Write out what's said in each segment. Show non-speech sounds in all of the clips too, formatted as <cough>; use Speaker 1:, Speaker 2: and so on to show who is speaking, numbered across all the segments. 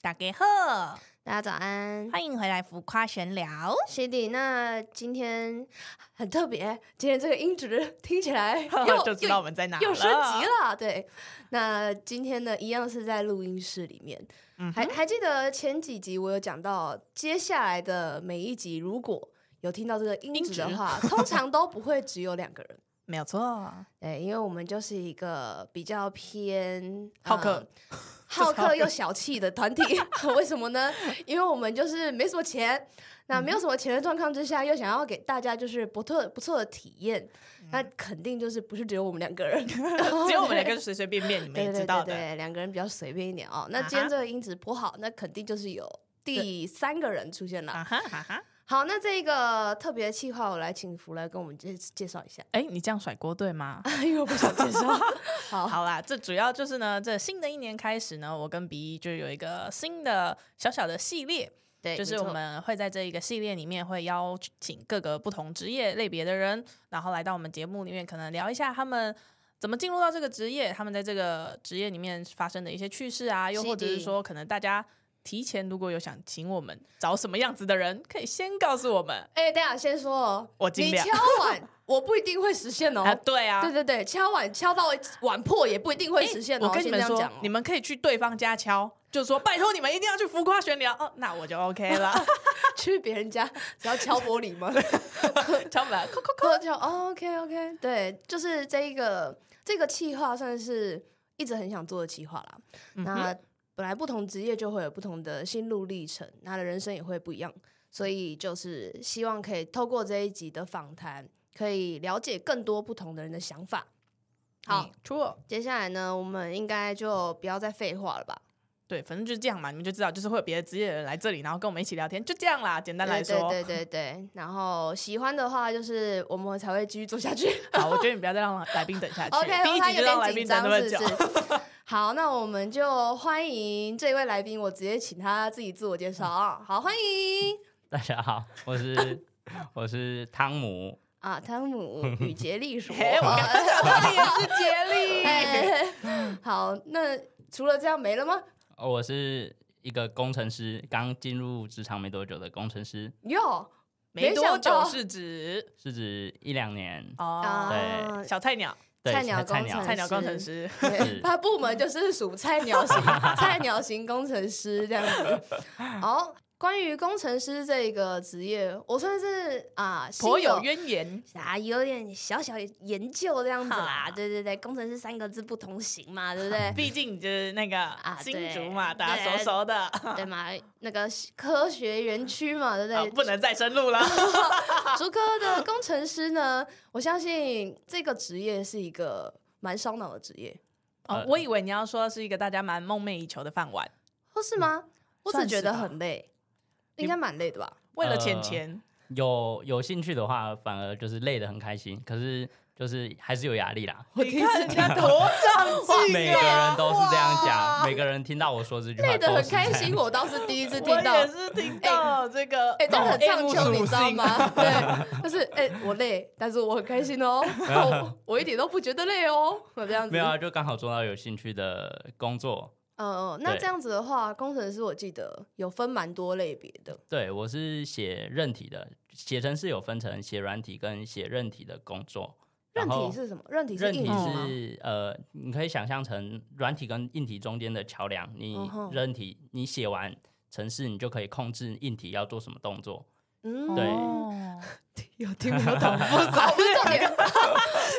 Speaker 1: 大家好，
Speaker 2: 大家早安，
Speaker 1: 欢迎回来浮夸闲 <laughs> 聊。
Speaker 2: 西迪。那今天很特别，今天这个音质听起来
Speaker 1: <laughs>
Speaker 2: 又
Speaker 1: 就知道我们在哪
Speaker 2: 又又升级。了。对，那今天呢，一样是在录音室里面。
Speaker 1: 嗯哼
Speaker 2: 还还记得前几集我有讲到，接下来的每一集如果有听到这个音
Speaker 1: 音
Speaker 2: 质的
Speaker 1: 质 <laughs>
Speaker 2: 话，通常都不会只有两个人。
Speaker 1: 没有错，
Speaker 2: 对，因为我们就是一个比较偏
Speaker 1: 好客
Speaker 2: 呃好客又小气的
Speaker 1: <laughs>
Speaker 2: 团体。为什么呢？因为我们就是没什么钱，那
Speaker 1: 嗯
Speaker 2: 没有什么钱的状况之下，又想要给大家就是不错不错的体验，那
Speaker 1: 嗯
Speaker 2: 肯定就是不是只有我们两个人，
Speaker 1: 只有我们两个人随随便便，你们
Speaker 2: 对
Speaker 1: 也
Speaker 2: 对
Speaker 1: 知
Speaker 2: 对
Speaker 1: 道的。
Speaker 2: 对，两个人比较随便一点哦。那
Speaker 1: 啊哈
Speaker 2: 今天这个音质不好，那肯定就是有第三个人出现了。
Speaker 1: 啊哈哈哈！
Speaker 2: 好，那这个特别计划，我来请福来跟我们介介绍一下， <laughs>
Speaker 1: 哎，你这样甩锅对吗？
Speaker 2: 因为我不想
Speaker 1: <laughs>
Speaker 2: 介绍。好，
Speaker 1: 哦好啦，这主要就是呢，这新的一年开始呢，我跟比一就有一个新的小小的系列，
Speaker 2: 对，
Speaker 1: 就是
Speaker 2: 没错
Speaker 1: 我们会在这一个系列里面会邀请各个不同职业类别的人，然后来到我们节目里面，可能聊一下他们怎么进入到这个职业，他们在这个职业里面发生的一些趣事啊，又
Speaker 2: 是
Speaker 1: 或者是
Speaker 2: 的
Speaker 1: 说可能大家。提前如果有想请我们找什么样子的人，可以先告诉我们
Speaker 2: 哎、大家先说哦，
Speaker 1: 我尽
Speaker 2: 你
Speaker 1: 量
Speaker 2: 敲碗，我不一定会实现
Speaker 1: <laughs>
Speaker 2: 哦。
Speaker 1: 啊。对啊，
Speaker 2: 对对对，敲碗敲到碗破也不一定会实现哦。
Speaker 1: 我跟你们
Speaker 2: 先这
Speaker 1: 说
Speaker 2: 样讲哦、
Speaker 1: 你们可以去对方家敲，就说拜托你们一定要去浮夸悬聊哦，那我就 OK
Speaker 2: <laughs>
Speaker 1: 了。
Speaker 2: <laughs> 去别人家只要敲
Speaker 1: <laughs>
Speaker 2: 玻璃吗？
Speaker 1: 敲门，叩叩叩
Speaker 2: <laughs> 我就、哦、OK OK，对，就是这一个这个企划算是一直很想做的企划啦。
Speaker 1: 嗯
Speaker 2: 那本来不同职业就会有不同的心路历程，那人生也会不一样，所以就是希望可以透过这一集的访谈，可以了解更多不同的人的想法。好
Speaker 1: 没，错，
Speaker 2: 接下来呢，我们应该就不要再废话了吧？
Speaker 1: 对，反正就是这样嘛，你们就知道，就是会有别的职业的人来这里，然后跟我们一起聊天，就这样啦。简单来说，
Speaker 2: 对对对对对。然后喜欢的话，就是我们才会继续做下去。
Speaker 1: <laughs> 好，我觉得你不要再让来宾等下啊去
Speaker 2: <laughs> OK，
Speaker 1: 第一
Speaker 2: 他
Speaker 1: 集
Speaker 2: 有
Speaker 1: 就让来
Speaker 2: 点
Speaker 1: 宾
Speaker 2: 紧
Speaker 1: 等
Speaker 2: 张，
Speaker 1: 那么
Speaker 2: 是
Speaker 1: 久
Speaker 2: 不。是？ <laughs> 好，那我们就欢迎这位来宾，我直接请他自己自我介绍啊。好，欢迎
Speaker 3: 大家好，我是我是汤姆，
Speaker 2: 啊，汤姆
Speaker 1: <laughs>
Speaker 2: 与杰利说。啊
Speaker 1: 嘿我刚刚想说你也是杰力，
Speaker 2: 哎 <laughs> 好，那除了这样没了吗？
Speaker 3: 哦我是一个工程师，刚进入职场没多久的工程师，
Speaker 2: 哟
Speaker 1: <laughs> 没
Speaker 2: 没
Speaker 1: 多
Speaker 2: 想
Speaker 1: 久
Speaker 2: 到
Speaker 1: 是
Speaker 2: <laughs>
Speaker 1: 指
Speaker 3: 是指一两年，
Speaker 1: 哦，
Speaker 2: 啊，
Speaker 1: 小菜鸟，
Speaker 3: 对，
Speaker 2: 菜鸟
Speaker 3: 菜
Speaker 2: 工程
Speaker 3: 鸟
Speaker 2: 师
Speaker 1: 菜鸟工程师， <laughs>
Speaker 2: 对
Speaker 3: 是
Speaker 2: 他部门就是属菜鸟型、 <laughs> 菜鸟型工程师这样子。好，关于工程师这个职业，我算是啊，
Speaker 1: 颇
Speaker 2: 心
Speaker 1: 有渊源。
Speaker 2: 啊，有点小小研究这样子啦
Speaker 1: 哈。
Speaker 2: 对对对，工程师三个字不同型嘛，对
Speaker 1: <laughs>？
Speaker 2: 不对
Speaker 1: 毕竟就是那个
Speaker 2: 啊
Speaker 1: 新
Speaker 2: 对
Speaker 1: 竹嘛，大家
Speaker 2: 对啊
Speaker 1: 熟熟的，
Speaker 2: 对嘛，那个科学园区嘛，对不
Speaker 1: 好
Speaker 2: 对？
Speaker 1: 啊不能再深
Speaker 2: <laughs>
Speaker 1: 入了。
Speaker 2: 竹科的工程师呢，我相信这个职业是一个蛮烧脑的职业，
Speaker 1: 哦
Speaker 3: 呃，
Speaker 1: 我以为你要说是一个大家蛮梦寐以求的饭碗，
Speaker 2: 或是吗？我
Speaker 1: 嗯
Speaker 2: 只
Speaker 1: 算
Speaker 2: 觉
Speaker 1: 是
Speaker 2: 得
Speaker 1: 吧
Speaker 2: 很累，
Speaker 1: 你
Speaker 2: 应该蛮累的吧？
Speaker 1: 为了钱
Speaker 3: 呃
Speaker 1: 钱，
Speaker 3: 有有兴趣的话，反而就是累得很开心，可是就是还是有压
Speaker 2: <laughs>
Speaker 3: 力啦。
Speaker 1: 你看人家多上进啊，
Speaker 3: 每个人都是这样
Speaker 1: 哇
Speaker 3: 讲，每个人听到我说这句话
Speaker 2: 累得
Speaker 3: 都
Speaker 2: 很
Speaker 3: 是这
Speaker 2: 开
Speaker 3: 样
Speaker 2: 心，我倒是第一次听
Speaker 1: 我
Speaker 2: 到。
Speaker 1: 也是听到这个，
Speaker 2: 哎、真的很
Speaker 1: 哦
Speaker 2: 唱
Speaker 1: ，M
Speaker 2: 秋，你
Speaker 1: 属
Speaker 2: 知道
Speaker 1: 性
Speaker 2: 吗？对，就是哎、我累，但是我很开心
Speaker 3: <laughs>
Speaker 2: 哦，我我一点都不觉得累哦，我这样子。
Speaker 3: 没有啊，就刚好做到有兴趣的工作。
Speaker 2: 呃，那
Speaker 3: 对
Speaker 2: 这样子的话，工程师我记得有分蛮多类别的。
Speaker 3: 对，我是写韧体的，写程式有分成写软体跟写韧体的工作。然
Speaker 2: 韧
Speaker 3: 后
Speaker 2: 体是什么？韧体是
Speaker 3: 韧
Speaker 2: 硬
Speaker 3: 体
Speaker 2: 体吗？
Speaker 3: 是呃，你可以想象成软体跟硬体中间的桥梁。
Speaker 2: 嗯
Speaker 3: 你
Speaker 2: 哼
Speaker 3: 韧体，你写完程式，你就可以控制硬体要做什么动作。
Speaker 2: 嗯，
Speaker 3: 对
Speaker 1: 哦
Speaker 2: 有听不
Speaker 3: <laughs>
Speaker 2: 懂，不懂，不是重点。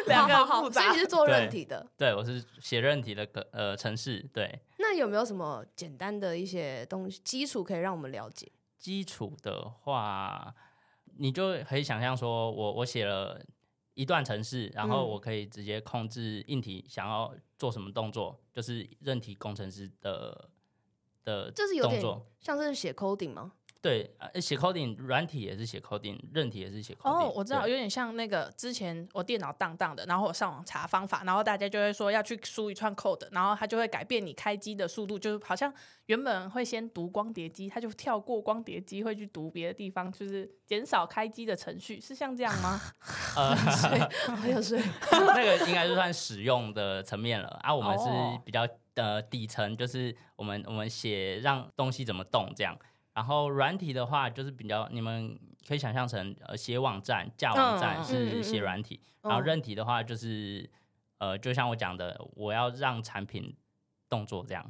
Speaker 1: 两个
Speaker 2: 好
Speaker 1: 很
Speaker 2: 好
Speaker 1: 复
Speaker 2: 好，
Speaker 1: 杂
Speaker 2: 所以你是做
Speaker 3: 对
Speaker 2: 韧体的。
Speaker 3: 对，我是写韧体的个呃程式。对，
Speaker 2: 那有没有什么简单的一些东西基础可以让我们了解？
Speaker 3: 基础的话，你就可以想象说我我写了一段程式，然后
Speaker 2: 嗯
Speaker 3: 我可以直接控制硬体想要做什么动作，就是韧体工程师的的
Speaker 2: 就是有
Speaker 3: 动
Speaker 2: 点
Speaker 3: 作。
Speaker 2: 像是写 coding 吗？
Speaker 3: 对，呃，写 coding 软体也是写 coding，韧体也是写 coding。
Speaker 1: 哦，我知道，
Speaker 3: 对
Speaker 1: 有点像那个之前我电脑当当的，然后我上网查方法，然后大家就会说要去输一串 code，然后它就会改变你开机的速度，就是好像原本会先读光碟机，它就跳过光碟机，会去读别的地方，就是减少开机的程序，是像这样 <laughs> 吗？
Speaker 3: 呃，
Speaker 2: 好像是 <laughs>
Speaker 3: 那个应该就算使用的层面了啊。我们
Speaker 1: 哦
Speaker 3: 是比较呃底层就是我们我们写让东西怎么动这样。然后软体的话，就是比较你们可以想象成呃写网站、架网站
Speaker 1: 嗯
Speaker 3: 是
Speaker 2: 嗯嗯
Speaker 3: 写软体，
Speaker 2: 嗯
Speaker 3: 然后韧体的话就是呃，就像我讲的，我要让产品动作这样，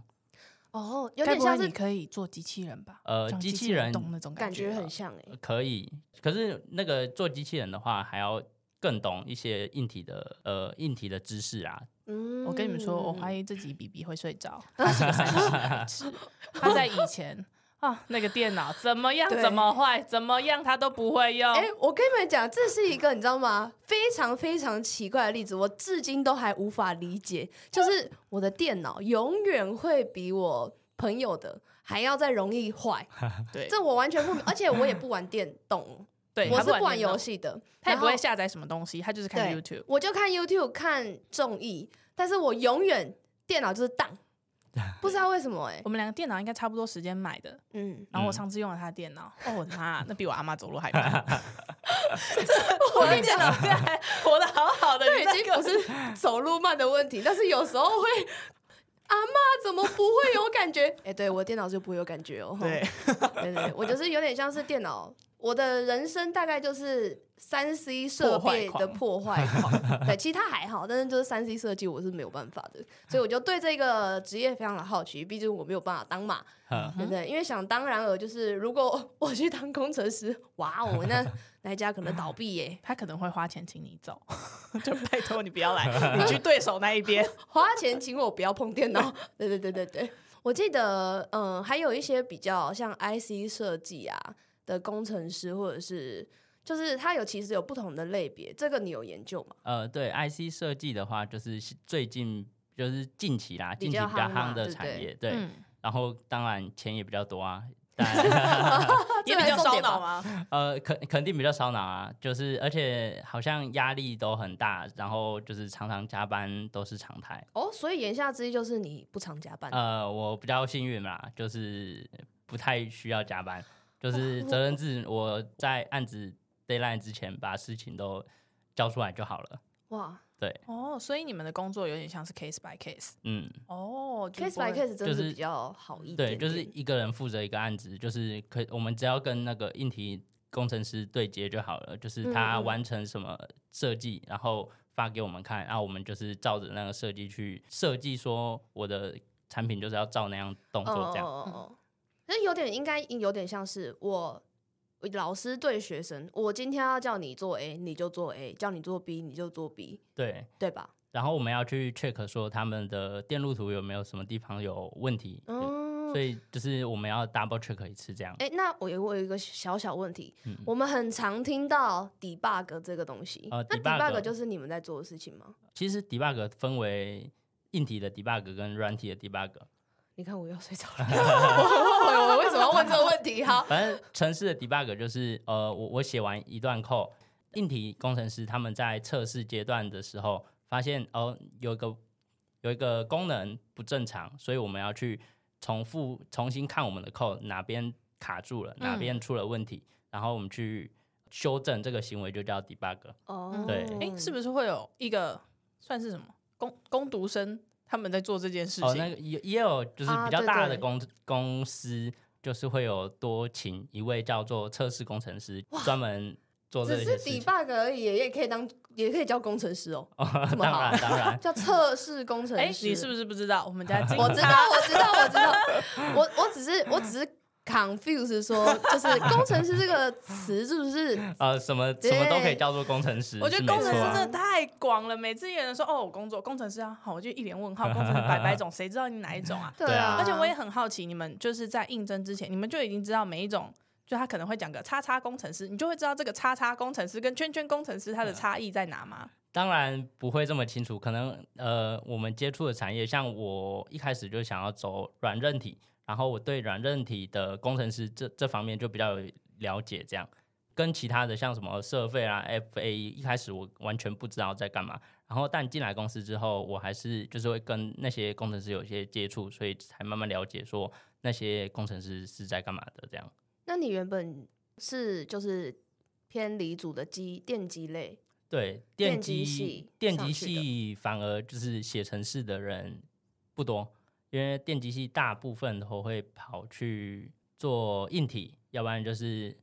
Speaker 2: 哦，
Speaker 1: 有
Speaker 2: 有点像是
Speaker 1: 你可以做机器人吧？
Speaker 3: 呃
Speaker 1: 让
Speaker 3: 机器
Speaker 1: 器人
Speaker 3: 人
Speaker 1: 动那种
Speaker 2: 感
Speaker 1: 觉
Speaker 2: 觉
Speaker 1: 啊
Speaker 2: 很像哎、
Speaker 3: 呃可以。可是那个做机器人的话，还要更懂一些硬体的呃硬体的知识啊，
Speaker 2: 嗯
Speaker 1: 呃我跟你们说，我怀
Speaker 2: 疑
Speaker 1: 疑自己比比会睡
Speaker 2: <laughs>
Speaker 1: 着，他是个三星白痴。他在以前啊，那个电脑怎么样
Speaker 2: 对
Speaker 1: 怎么坏，怎么样他都不会用。
Speaker 2: 哎、我跟你们讲，这是一个你知道吗？非常非常奇怪的例子，我至今都还无法理解。就是我的电脑永远会比我朋友的还要再容易坏，
Speaker 1: <laughs> 对
Speaker 2: 这我完全不明，而且我也不玩电动，
Speaker 1: 对，
Speaker 2: 我
Speaker 1: 他
Speaker 2: 是不玩
Speaker 1: 电脑
Speaker 2: 游，戏的，
Speaker 1: 他也
Speaker 2: 然
Speaker 1: 不
Speaker 2: 后
Speaker 1: 会下载什么东西，他就是看
Speaker 2: 对
Speaker 1: YouTube。
Speaker 2: 我就看 YouTube 看综艺，但是我永远电脑就是
Speaker 1: <laughs>
Speaker 2: 荡，不知道为什么哎、
Speaker 1: 我们两个电脑应该差不多时间买的， <laughs>
Speaker 2: 嗯，
Speaker 1: 然后我
Speaker 3: 嗯
Speaker 1: 上次用了他的电脑，哦我的
Speaker 3: <laughs>
Speaker 1: 妈，那比我阿妈走路还慢。
Speaker 2: 我跟你 <laughs> 讲，
Speaker 1: 现在活得好好的，
Speaker 2: 这
Speaker 1: 你
Speaker 2: <laughs> 已经不是走路慢的问题，但是有时候会，阿妈怎么不会有感觉？ <laughs> 哎、对我电脑就不会有感觉哦。
Speaker 1: 对，
Speaker 2: <laughs> 对对，我就是有点像是电脑，我的人生大概就是三 C 设
Speaker 1: 破坏
Speaker 2: 备的
Speaker 1: 狂
Speaker 2: 破坏狂。嗯对，其他还好，但是就是三 C 设计我是没有办法的，所以我就对这个职业非常的好奇，毕竟我没有办法当嘛，
Speaker 3: 嗯
Speaker 2: 对不对？因为想当然尔，就是如果我去当工程师，哇哦，那 <laughs> 那一家可能倒闭耶、
Speaker 1: <laughs> 他可能会花钱请你
Speaker 3: <laughs>
Speaker 1: 走，就拜托你不要来，你去对手那一边。
Speaker 2: 花钱请我不要碰电 <laughs> 脑。对对对对对，我记得，嗯，还有一些比较像 IC 设计啊的工程师，或者是就是它有其实有不同的类别，这个你有研究吗？
Speaker 3: 呃，对，IC 设计的话，就是最近就是近期啦，
Speaker 2: 比
Speaker 3: 近期
Speaker 2: 较
Speaker 3: 比较
Speaker 2: 夯嘛
Speaker 3: 夯的
Speaker 2: 对不
Speaker 3: 产
Speaker 2: 对
Speaker 3: 业，对。
Speaker 1: 嗯
Speaker 3: 然后当然钱也比较多啊，但
Speaker 1: 也比较
Speaker 2: 这个重
Speaker 1: 烧
Speaker 2: 点吧
Speaker 1: 脑吗？
Speaker 3: 呃肯肯定比较烧脑啊，就是而且好像压力都很大，然后就是常常加班都是常态。
Speaker 2: 哦，所以言下之意就是你不常加班。
Speaker 3: 呃，我比较幸运啦，就是不太需要加班，就是责任制，我在案子 deadline 之前把事情都交出来就好了。
Speaker 2: 哇
Speaker 1: 哦，所以你们的工作有点像是 case by case
Speaker 3: 嗯，
Speaker 1: 哦就
Speaker 2: ，case
Speaker 1: 不会
Speaker 2: by case 真的
Speaker 3: 就是是
Speaker 2: 比较好一点
Speaker 3: 对，
Speaker 2: 点
Speaker 3: 就是一个人负责一个案子，就是可我们只要跟那个硬体工程师对接就好了，就是
Speaker 2: 嗯
Speaker 3: 他
Speaker 2: 嗯
Speaker 3: 完成什么设计，然后发给我们看，啊然后我们就是照着那个设计去设计，说我的产品就是要照那样动作这样。
Speaker 2: 哦哦哦哦那有点应该有点像是我老师对学生，我今天要叫你做 A，你就做 A；叫你做 B，你就做 B，
Speaker 3: 对，
Speaker 2: 对吧？
Speaker 3: 然后我们要去 check 说他们的电路图有没有什么地方有问题，
Speaker 2: 嗯
Speaker 3: 所，以就是我们要 double check 一次这样。
Speaker 2: 哎、那我有我有一个小小问题，我们很常听到 debug 这个东西，
Speaker 3: 呃
Speaker 2: 那
Speaker 3: debug
Speaker 2: debug 就是你们在做的事情吗？
Speaker 3: 其实 debug 分为硬体的 debug 跟软体的 debug，
Speaker 2: 你看我要睡着了， <laughs> 我我为什么要问这个 <laughs> 问题？
Speaker 1: <laughs>
Speaker 2: 好，
Speaker 3: 反正城市的 debug 就是呃，我我写完一段 code，硬体工程师他们在测试阶段的时候发现哦，有一个有一个功能不正常，所以我们要去重复重新看我们的 code 哪边卡住了，哪
Speaker 2: 嗯
Speaker 3: 边出了问题，然后我们去修正这个行为，就叫 debug。
Speaker 2: 哦，
Speaker 3: 对
Speaker 1: 哎、是不是会有一个算是什么工工读生他们在做这件事情？
Speaker 3: 哦，那个也也有就是
Speaker 2: 啊
Speaker 3: 比较
Speaker 2: 对
Speaker 3: 大的
Speaker 2: 对
Speaker 3: 公、公司，就是会有多请一位叫做测试工程师，专门做这
Speaker 2: 只是
Speaker 3: 些事情。
Speaker 2: debug 而已，也可以当，也可以叫工程师哦，这么
Speaker 3: 当
Speaker 2: 好
Speaker 3: 然，当
Speaker 2: <laughs>
Speaker 3: 然，
Speaker 2: 叫测试工程师。
Speaker 1: 哎、你是不 <laughs> 是不知道？我们
Speaker 3: <laughs>
Speaker 1: 家金
Speaker 2: 我知道，我知道，我知道，我我只是我只是 confuse 说，就是工程师这个词是不是
Speaker 3: 呃，什么什么都可
Speaker 2: 对
Speaker 3: 以叫做工程师，
Speaker 1: 我觉
Speaker 3: 是
Speaker 1: 得
Speaker 3: 没
Speaker 1: 工程师
Speaker 3: 错啊
Speaker 1: 真的太广了，每次有人说哦，我工作工程师啊，好，我就一脸问号，工程师百百种，谁知道你哪一种啊？
Speaker 2: 对
Speaker 3: 对啊
Speaker 1: 而且我也很好奇，你们就是在应征之前，你们就已经知道每一种，就他可能会讲个叉叉工程师，你就会知道这个叉叉工程师跟圈圈工程师它
Speaker 3: 啊
Speaker 1: 的差异在哪吗？
Speaker 3: 当然不会这么清楚，可能呃，我们接触的产业，像我一开始就想要走软韧体，然后我对软韧体的工程师这这方面就比较有了解，这样跟其他的像什么设备啊、FA，一开始我完全不知道在干嘛，然后但进来公司之后，我还是就是会跟那些工程师有一些接触，所以才慢慢了解说那些工程师是在干嘛的这样。
Speaker 2: 那你原本是就是偏离组的机电机类，
Speaker 3: 对，
Speaker 2: 电
Speaker 3: 电
Speaker 2: 机
Speaker 3: 机
Speaker 2: 系
Speaker 3: 电
Speaker 2: 上
Speaker 3: 机
Speaker 2: 去的
Speaker 3: 系反而就是写程式的人不多，因为电机系大部分都会跑去做硬体，要不然就是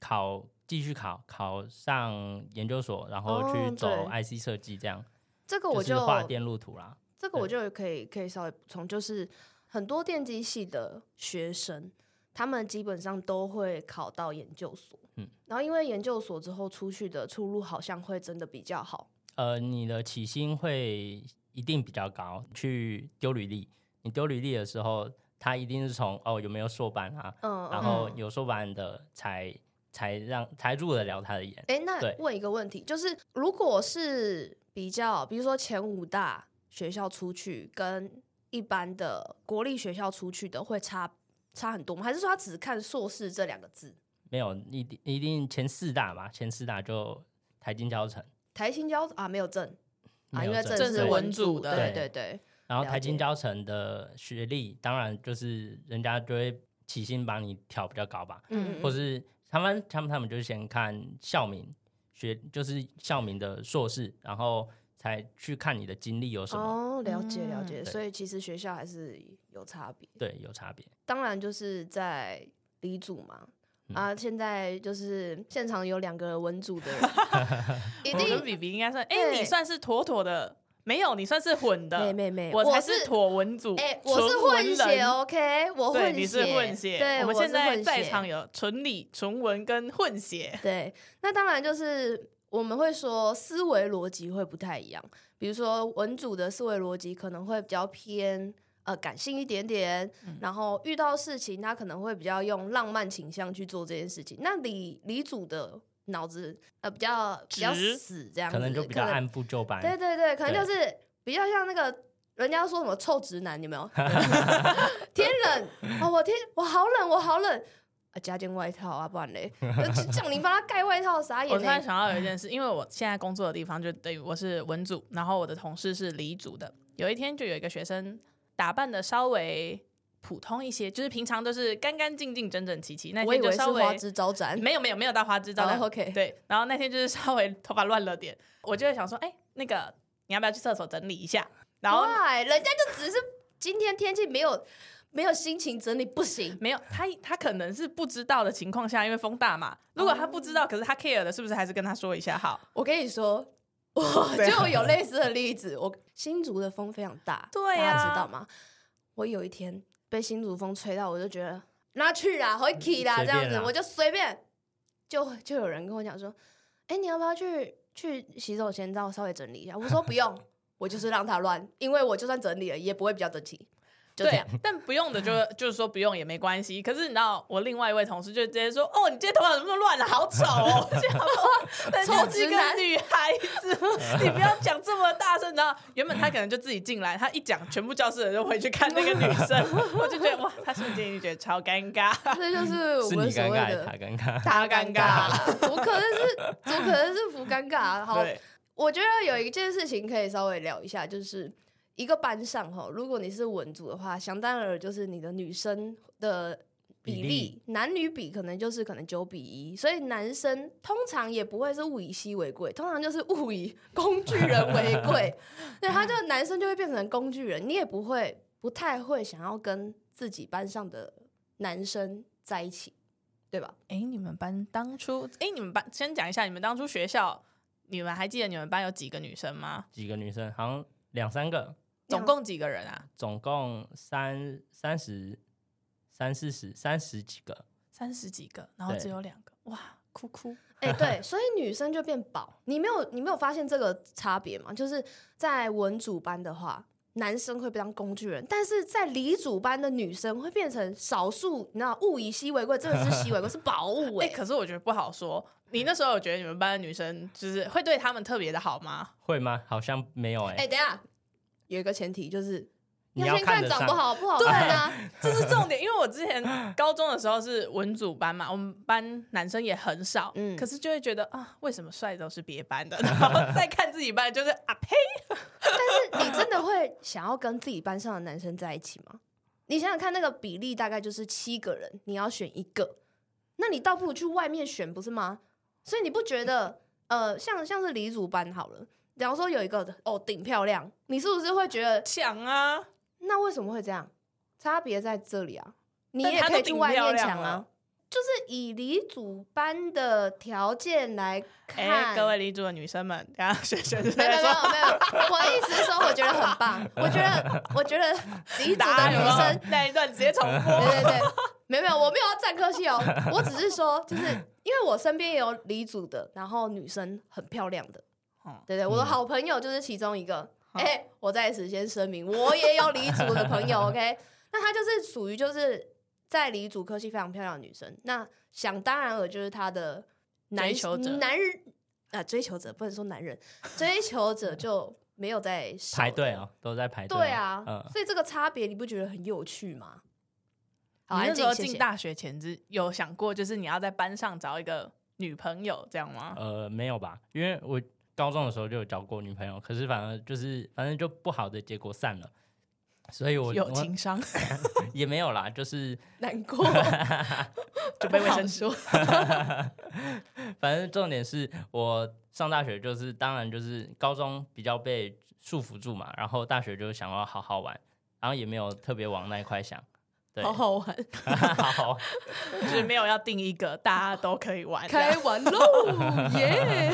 Speaker 3: 考继续考，考上研究所，然后
Speaker 2: 哦
Speaker 3: 去走
Speaker 2: 对
Speaker 3: IC 设计这样，
Speaker 2: 这个我
Speaker 3: 就是画电路图啦。
Speaker 2: 这个我就可以可以稍微补充，就是很多电机系的学生，他们基本上都会考到研究所，
Speaker 3: 嗯
Speaker 2: 然后因为研究所之后出去的出路好像会真的比较好，
Speaker 3: 呃，你的起薪会一定比较高。去丢履历，你丢履历的时候，他一定是从哦有没有硕班啊，
Speaker 2: 嗯，
Speaker 3: 然
Speaker 2: 嗯
Speaker 3: 后
Speaker 1: 嗯
Speaker 3: 有硕班的才才让才入得了他的眼。
Speaker 2: 哎，那
Speaker 3: 对
Speaker 2: 问一个问题，就是如果是比较，比如说前五大学校出去，跟一般的国立学校出去的，会差差很多吗？还是说他只看硕士这两个字？
Speaker 3: 没有，一定一定前四大吧，前四大就台金交城，
Speaker 2: 台新交啊，没有证啊，
Speaker 3: 没有
Speaker 2: 因为
Speaker 3: 证
Speaker 2: 是
Speaker 1: 政治
Speaker 2: 文
Speaker 1: 文组
Speaker 2: 组
Speaker 1: 的
Speaker 2: 对对
Speaker 3: 对
Speaker 2: 对，
Speaker 3: 然后
Speaker 2: 了
Speaker 3: 台金
Speaker 2: 解
Speaker 3: 交城的学历，当然就是人家就会起薪把你调比较高吧，
Speaker 2: 嗯，
Speaker 3: 或
Speaker 2: 嗯
Speaker 3: 是他们他们他们就是先看校名学，就是校名的硕士，然后才去看你的经历有什么，
Speaker 2: 哦，了解了
Speaker 1: 嗯
Speaker 2: 解，
Speaker 3: 对
Speaker 2: 所以其实学校还是有差别。
Speaker 3: 对，有差别。
Speaker 2: 当然就是在理组嘛。
Speaker 3: 嗯
Speaker 2: 啊，现在就是现场有两个文组
Speaker 3: <laughs>
Speaker 2: 的人，一
Speaker 1: 我跟
Speaker 2: 定
Speaker 1: 比比应该算，哎、
Speaker 2: 对
Speaker 1: 你算是妥妥的，没有，你算是混的，
Speaker 2: 妹妹妹，
Speaker 1: 我才
Speaker 2: 是
Speaker 1: 妥文组，
Speaker 2: 哎、我是
Speaker 1: 纯
Speaker 2: 混
Speaker 1: 文
Speaker 2: 血
Speaker 1: 人。
Speaker 2: ，OK，我混
Speaker 1: 对，
Speaker 2: 血，
Speaker 1: 你是混血。
Speaker 2: 对，
Speaker 1: 我们
Speaker 2: 是
Speaker 1: 现在
Speaker 2: 混
Speaker 1: 在
Speaker 2: 血
Speaker 1: 场有纯理、纯文跟混血。
Speaker 2: 对，那当然就是我们会说思维逻辑会不太一样，比如说文组的思维逻辑可能会比较偏。呃，感性一点点，
Speaker 1: 嗯
Speaker 2: 然后遇到事情，他可能会比较用浪漫倾向去做这件事情。那李李组的脑子呃比较比较
Speaker 1: 直
Speaker 2: 死这样子，
Speaker 3: 可能就比较按部就班，
Speaker 2: 对对对，可能
Speaker 3: 对
Speaker 2: 就是比较像那个人家说什么臭直男，有没 <laughs> 有？天冷哦，我天，我好冷，我好冷啊！加件外套啊，不然嘞，就叫你帮他盖外套，傻
Speaker 1: 我
Speaker 2: 眼
Speaker 1: 突然
Speaker 2: 嘞。
Speaker 1: 想到有一件事，因为我现在工作的地方就等于我是文组，然后我的同事是理组的。有一天就有一个学生打扮的稍微普通一些，就是平常都是干干净净、整整齐齐，那
Speaker 2: 我以
Speaker 1: 天就
Speaker 2: 为是
Speaker 1: 稍微
Speaker 2: 花枝招展，
Speaker 1: 没有没有没有到花枝招展、
Speaker 2: 哦，OK
Speaker 1: 对，然后那天就是稍微头发乱了点，我就会想说，哎、那个你要不要去厕所整理一下？然后
Speaker 2: 哇，人家就只是今天天气没有没有心情整理，不行。
Speaker 1: 没有他，他可能是不知道的情况下，因为风大嘛。如果他不知道，
Speaker 2: 哦
Speaker 1: 可是他 care 的，是不是还是跟他说一下好？
Speaker 2: 我跟你说。 <laughs> 我就有类似的例子，我新竹的风非常大，
Speaker 1: 对
Speaker 2: 大家
Speaker 1: 啊
Speaker 2: 知道吗？我有一天被新竹风吹到，我就觉得那去啦，回去啦，
Speaker 3: 嗯随
Speaker 2: 这样
Speaker 3: 便
Speaker 2: 子，
Speaker 3: 啦
Speaker 2: 我就随便，就就有人跟我讲说，哎、你要不要去去洗手间让我稍微整理一下？我说不 <laughs> 用，我就是让它乱，因为我就算整理了也不会比较整齐，就这
Speaker 1: 对
Speaker 2: 样。，
Speaker 1: <laughs> 但不用的就就是说不用也没关系。可是你知道，我另外一位同事就直接说：“哦，你今天头发怎么那么乱了、好丑哦！” <laughs> 这样 <laughs> 说，
Speaker 2: 臭
Speaker 1: 人家
Speaker 2: 直
Speaker 1: 是个
Speaker 2: 男
Speaker 1: 女孩子， <laughs> 你不要讲这么大声。然后原本他可能就自己进来，他一讲，全部教室的人都回去看那个女 <laughs> 生，我就觉得哇，他瞬间就觉得超尴尬。
Speaker 2: 啊 <laughs> 这就是我
Speaker 3: 是
Speaker 2: 们
Speaker 3: 你
Speaker 2: 所
Speaker 3: 尴
Speaker 2: 谓
Speaker 3: 尬还是
Speaker 2: 的
Speaker 3: 他尴尬？
Speaker 1: 他尴尬
Speaker 2: 啦， <laughs> 我可能是我可能是不尴 <laughs> 尬，好，
Speaker 1: 对，
Speaker 2: 我觉得有一件事情可以稍微聊一下，就是一个班上哈，如果你是文组的话，想当然尔就是你的女生的比
Speaker 3: 比
Speaker 2: 例，
Speaker 3: 例
Speaker 2: 男女比可能就是可能九比一，所以男生通常也不会是物以稀为贵，通常就是物以工具人为
Speaker 3: <laughs>
Speaker 2: 贵，对，他就男生就会变成工具人，你也不会不太会想要跟自己班上的男生在一起，对吧？
Speaker 1: 哎，你们班当初，哎，你们班先讲一下，你们当初学校，你们还记得你们班有几个女生吗？
Speaker 3: 几个女生，好像两三个，
Speaker 1: 总共几个人啊？
Speaker 3: 总共三三十、三四十、三十几个。
Speaker 1: 三十几个，然后
Speaker 3: 对
Speaker 1: 只有两个，哇，哭哭。
Speaker 3: <laughs>
Speaker 2: 哎、对，所以女生就变薄。你没有你没有发现这个差别吗？就是在文组班的话，男生会当工具人，但是在理组班的女生会变成少数。你知道，物以稀为贵，真的是稀为贵，是宝物
Speaker 3: <laughs>
Speaker 1: 哎、
Speaker 2: 哎、
Speaker 1: 可是我觉得不好说。你那时候有觉得你们班的女生就是会对他们特别的好吗？
Speaker 3: 会吗？好像没有哎、
Speaker 2: 哎、等一下，有一个前提就是
Speaker 3: 你
Speaker 2: 要
Speaker 3: 要
Speaker 2: 先
Speaker 3: 看
Speaker 2: 看
Speaker 3: 得
Speaker 2: 长
Speaker 3: 上
Speaker 2: 不，好不好看啊。
Speaker 1: <laughs> 这是重点，因为我之前高中的时候是文组班嘛，我 <laughs> 们班男生也很少，
Speaker 2: 嗯
Speaker 1: 可是就会觉得啊，为什么帅都是别班的，然 <laughs> 后再看自己班就是啊呸，
Speaker 2: 但是你真的会想要跟自己班上的男生在一起吗？你想想看，那个比例大概就是七个人，你要选一个，那你倒不如去外面选，不是吗？所以你不觉得，呃，像像是李组班好了，假如说有一个哦顶漂亮，你是不是会觉得
Speaker 1: 抢啊！
Speaker 2: 那为什么会这样？差别在这里啊！你
Speaker 1: 但
Speaker 2: 也
Speaker 1: 他
Speaker 2: 可
Speaker 1: 都
Speaker 2: 以去
Speaker 1: 顶
Speaker 2: 外
Speaker 1: 漂
Speaker 2: 面
Speaker 1: 亮
Speaker 2: 抢啊
Speaker 1: 了。
Speaker 2: 就是以李主班的条件来看，
Speaker 1: 哎，各位李主的女生们，然后学生就
Speaker 2: 没有没
Speaker 1: 在
Speaker 2: 有没
Speaker 1: 说，
Speaker 2: 有没有，我的意思是说，我觉得很棒，我觉得我觉得李主的
Speaker 1: 打有
Speaker 2: 女
Speaker 1: 没有
Speaker 2: 生，
Speaker 1: 那一段直接重 <laughs> 播。
Speaker 2: 对对对， <laughs> 没有没有，我没有要占科系哦，我只是说，就是因为我身边也有李主的，然后女生很漂亮的
Speaker 1: 哦，嗯
Speaker 2: 对对，我的好朋友就是其中一个。哎、我在此先声明，我也有李主的朋
Speaker 1: <laughs>
Speaker 2: 友，OK，那她就是属于就是在李主科系非常漂亮的女生，那想当然尔就是她的男
Speaker 1: 追求者
Speaker 2: 男人啊，追求者不能说男人，追求者就没有在少
Speaker 3: 排队哦，都在排队。
Speaker 2: 对啊，
Speaker 3: 嗯，
Speaker 2: 所以这个差别你不觉得很有趣吗？好，
Speaker 1: 你
Speaker 2: 安
Speaker 1: 那时候
Speaker 2: 静，谢
Speaker 1: 进
Speaker 2: 谢。
Speaker 1: 大学前之有想过，就是你要在班上找一个女朋友这样吗？
Speaker 3: 呃，没有吧？因为我高中的时候就有交过女朋友，可是反而就是反正就不好的结果散了，所以我
Speaker 1: 有
Speaker 3: 我
Speaker 1: 情商
Speaker 3: <laughs> 也没有啦，就是
Speaker 2: 难 <laughs> 过，
Speaker 1: 准备卫生纸，
Speaker 3: 反正重点是我上大学就是，当然就是高中比较被束缚住嘛，然后大学就想要好好玩，然后也没有特别往那一块想。对，
Speaker 1: 好好玩，
Speaker 3: 好 <laughs> 好玩
Speaker 1: 就是没有要定一个，大家都嗯可以玩。
Speaker 2: 开玩喽， <laughs> 耶！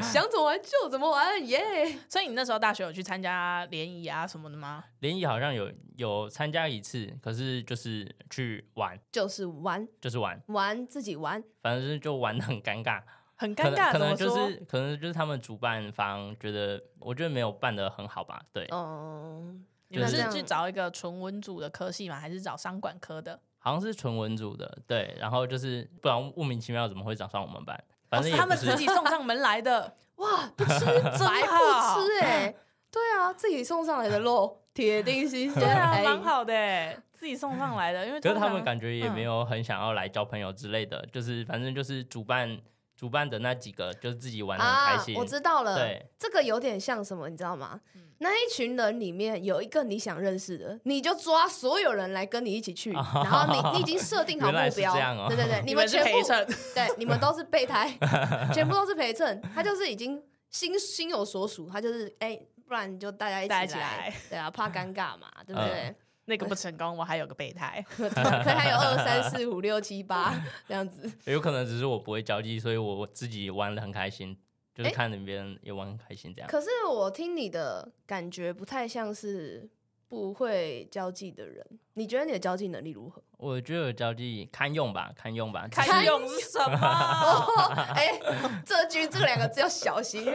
Speaker 2: 想怎么玩就怎么玩，耶！
Speaker 1: 所以你那时候大学有去参加联谊啊什么的吗？
Speaker 3: 联谊好像有有参加一次，可是就是去玩，
Speaker 2: 就是玩
Speaker 3: 就是玩，
Speaker 2: 玩自己玩，
Speaker 3: 反正就玩的很尴尬。
Speaker 1: 很
Speaker 3: 可
Speaker 1: 尴
Speaker 3: 能
Speaker 1: 尬，
Speaker 3: 可
Speaker 1: 怎么
Speaker 3: 能就
Speaker 1: 说？
Speaker 3: 是可能就是他们主办方觉得，我觉得没有办的很好吧。
Speaker 1: 哦
Speaker 3: 对，
Speaker 2: 嗯，
Speaker 1: 你们
Speaker 3: 就是
Speaker 1: 是去找一个纯文组的科系吗？还是找商管科的？
Speaker 3: 好像是纯文组的，对，然后就是不然莫名其妙怎么会找上我们班？反正
Speaker 1: 哦
Speaker 3: 也
Speaker 1: 是他
Speaker 3: 不
Speaker 1: 们
Speaker 3: 是
Speaker 1: 自己送上门来的，
Speaker 2: 哇，不吃白
Speaker 1: 好
Speaker 2: 不吃哎，对啊，自己送上来的 <laughs> 肉，铁定新鲜，
Speaker 1: 对啊，
Speaker 2: 哎
Speaker 1: 蛮。好的欸，自己送上来的。因为
Speaker 3: 可是
Speaker 1: 通
Speaker 3: 他
Speaker 1: 常
Speaker 3: 们感觉也
Speaker 1: 嗯
Speaker 3: 没有很想要来交朋友之类的，就是反正就是主办主办的那几个，就是自己玩的很开
Speaker 2: 啊
Speaker 3: 心。，
Speaker 2: 我知道了
Speaker 3: 对，
Speaker 2: 这个有点像什么，你知道吗？
Speaker 1: 嗯
Speaker 2: 那一群人里面有一个你想认识的，你就抓所有人来跟你一起去，然后你你已经设定好
Speaker 3: 哦原来
Speaker 2: 目
Speaker 3: 是
Speaker 2: 标，
Speaker 3: 这样哦
Speaker 2: 对对
Speaker 1: <laughs>
Speaker 2: 对，
Speaker 1: 你
Speaker 2: 们
Speaker 1: 们是
Speaker 2: 全
Speaker 1: 陪
Speaker 2: 部
Speaker 1: 衬，
Speaker 2: 对，你们都是备胎， <laughs> 全部都是陪衬，他就是已经心心有所属，他就是哎、不然你就大家一起
Speaker 1: 大家
Speaker 2: 来，
Speaker 1: 一起来
Speaker 2: 对啊，怕尴尬嘛，对不
Speaker 3: 嗯 <laughs>
Speaker 2: 对？ <laughs>
Speaker 1: 那个不成功，我还有个备 <laughs> 胎。
Speaker 2: 可能还有二三四五六七八这样子，
Speaker 3: 有可能只是我不会交际，所以我我自己玩的很开心，就是
Speaker 2: 诶
Speaker 3: 看着别人也玩很开心这样。
Speaker 2: 可是我听你的感觉不太像是不会交际的人，你觉得你的交际能力 <laughs> 如何？
Speaker 3: 我觉得有交际堪用吧，堪用吧，
Speaker 1: 开
Speaker 2: 心
Speaker 1: 用是什么？
Speaker 2: 哎、这句这两个字要小 <laughs> 心，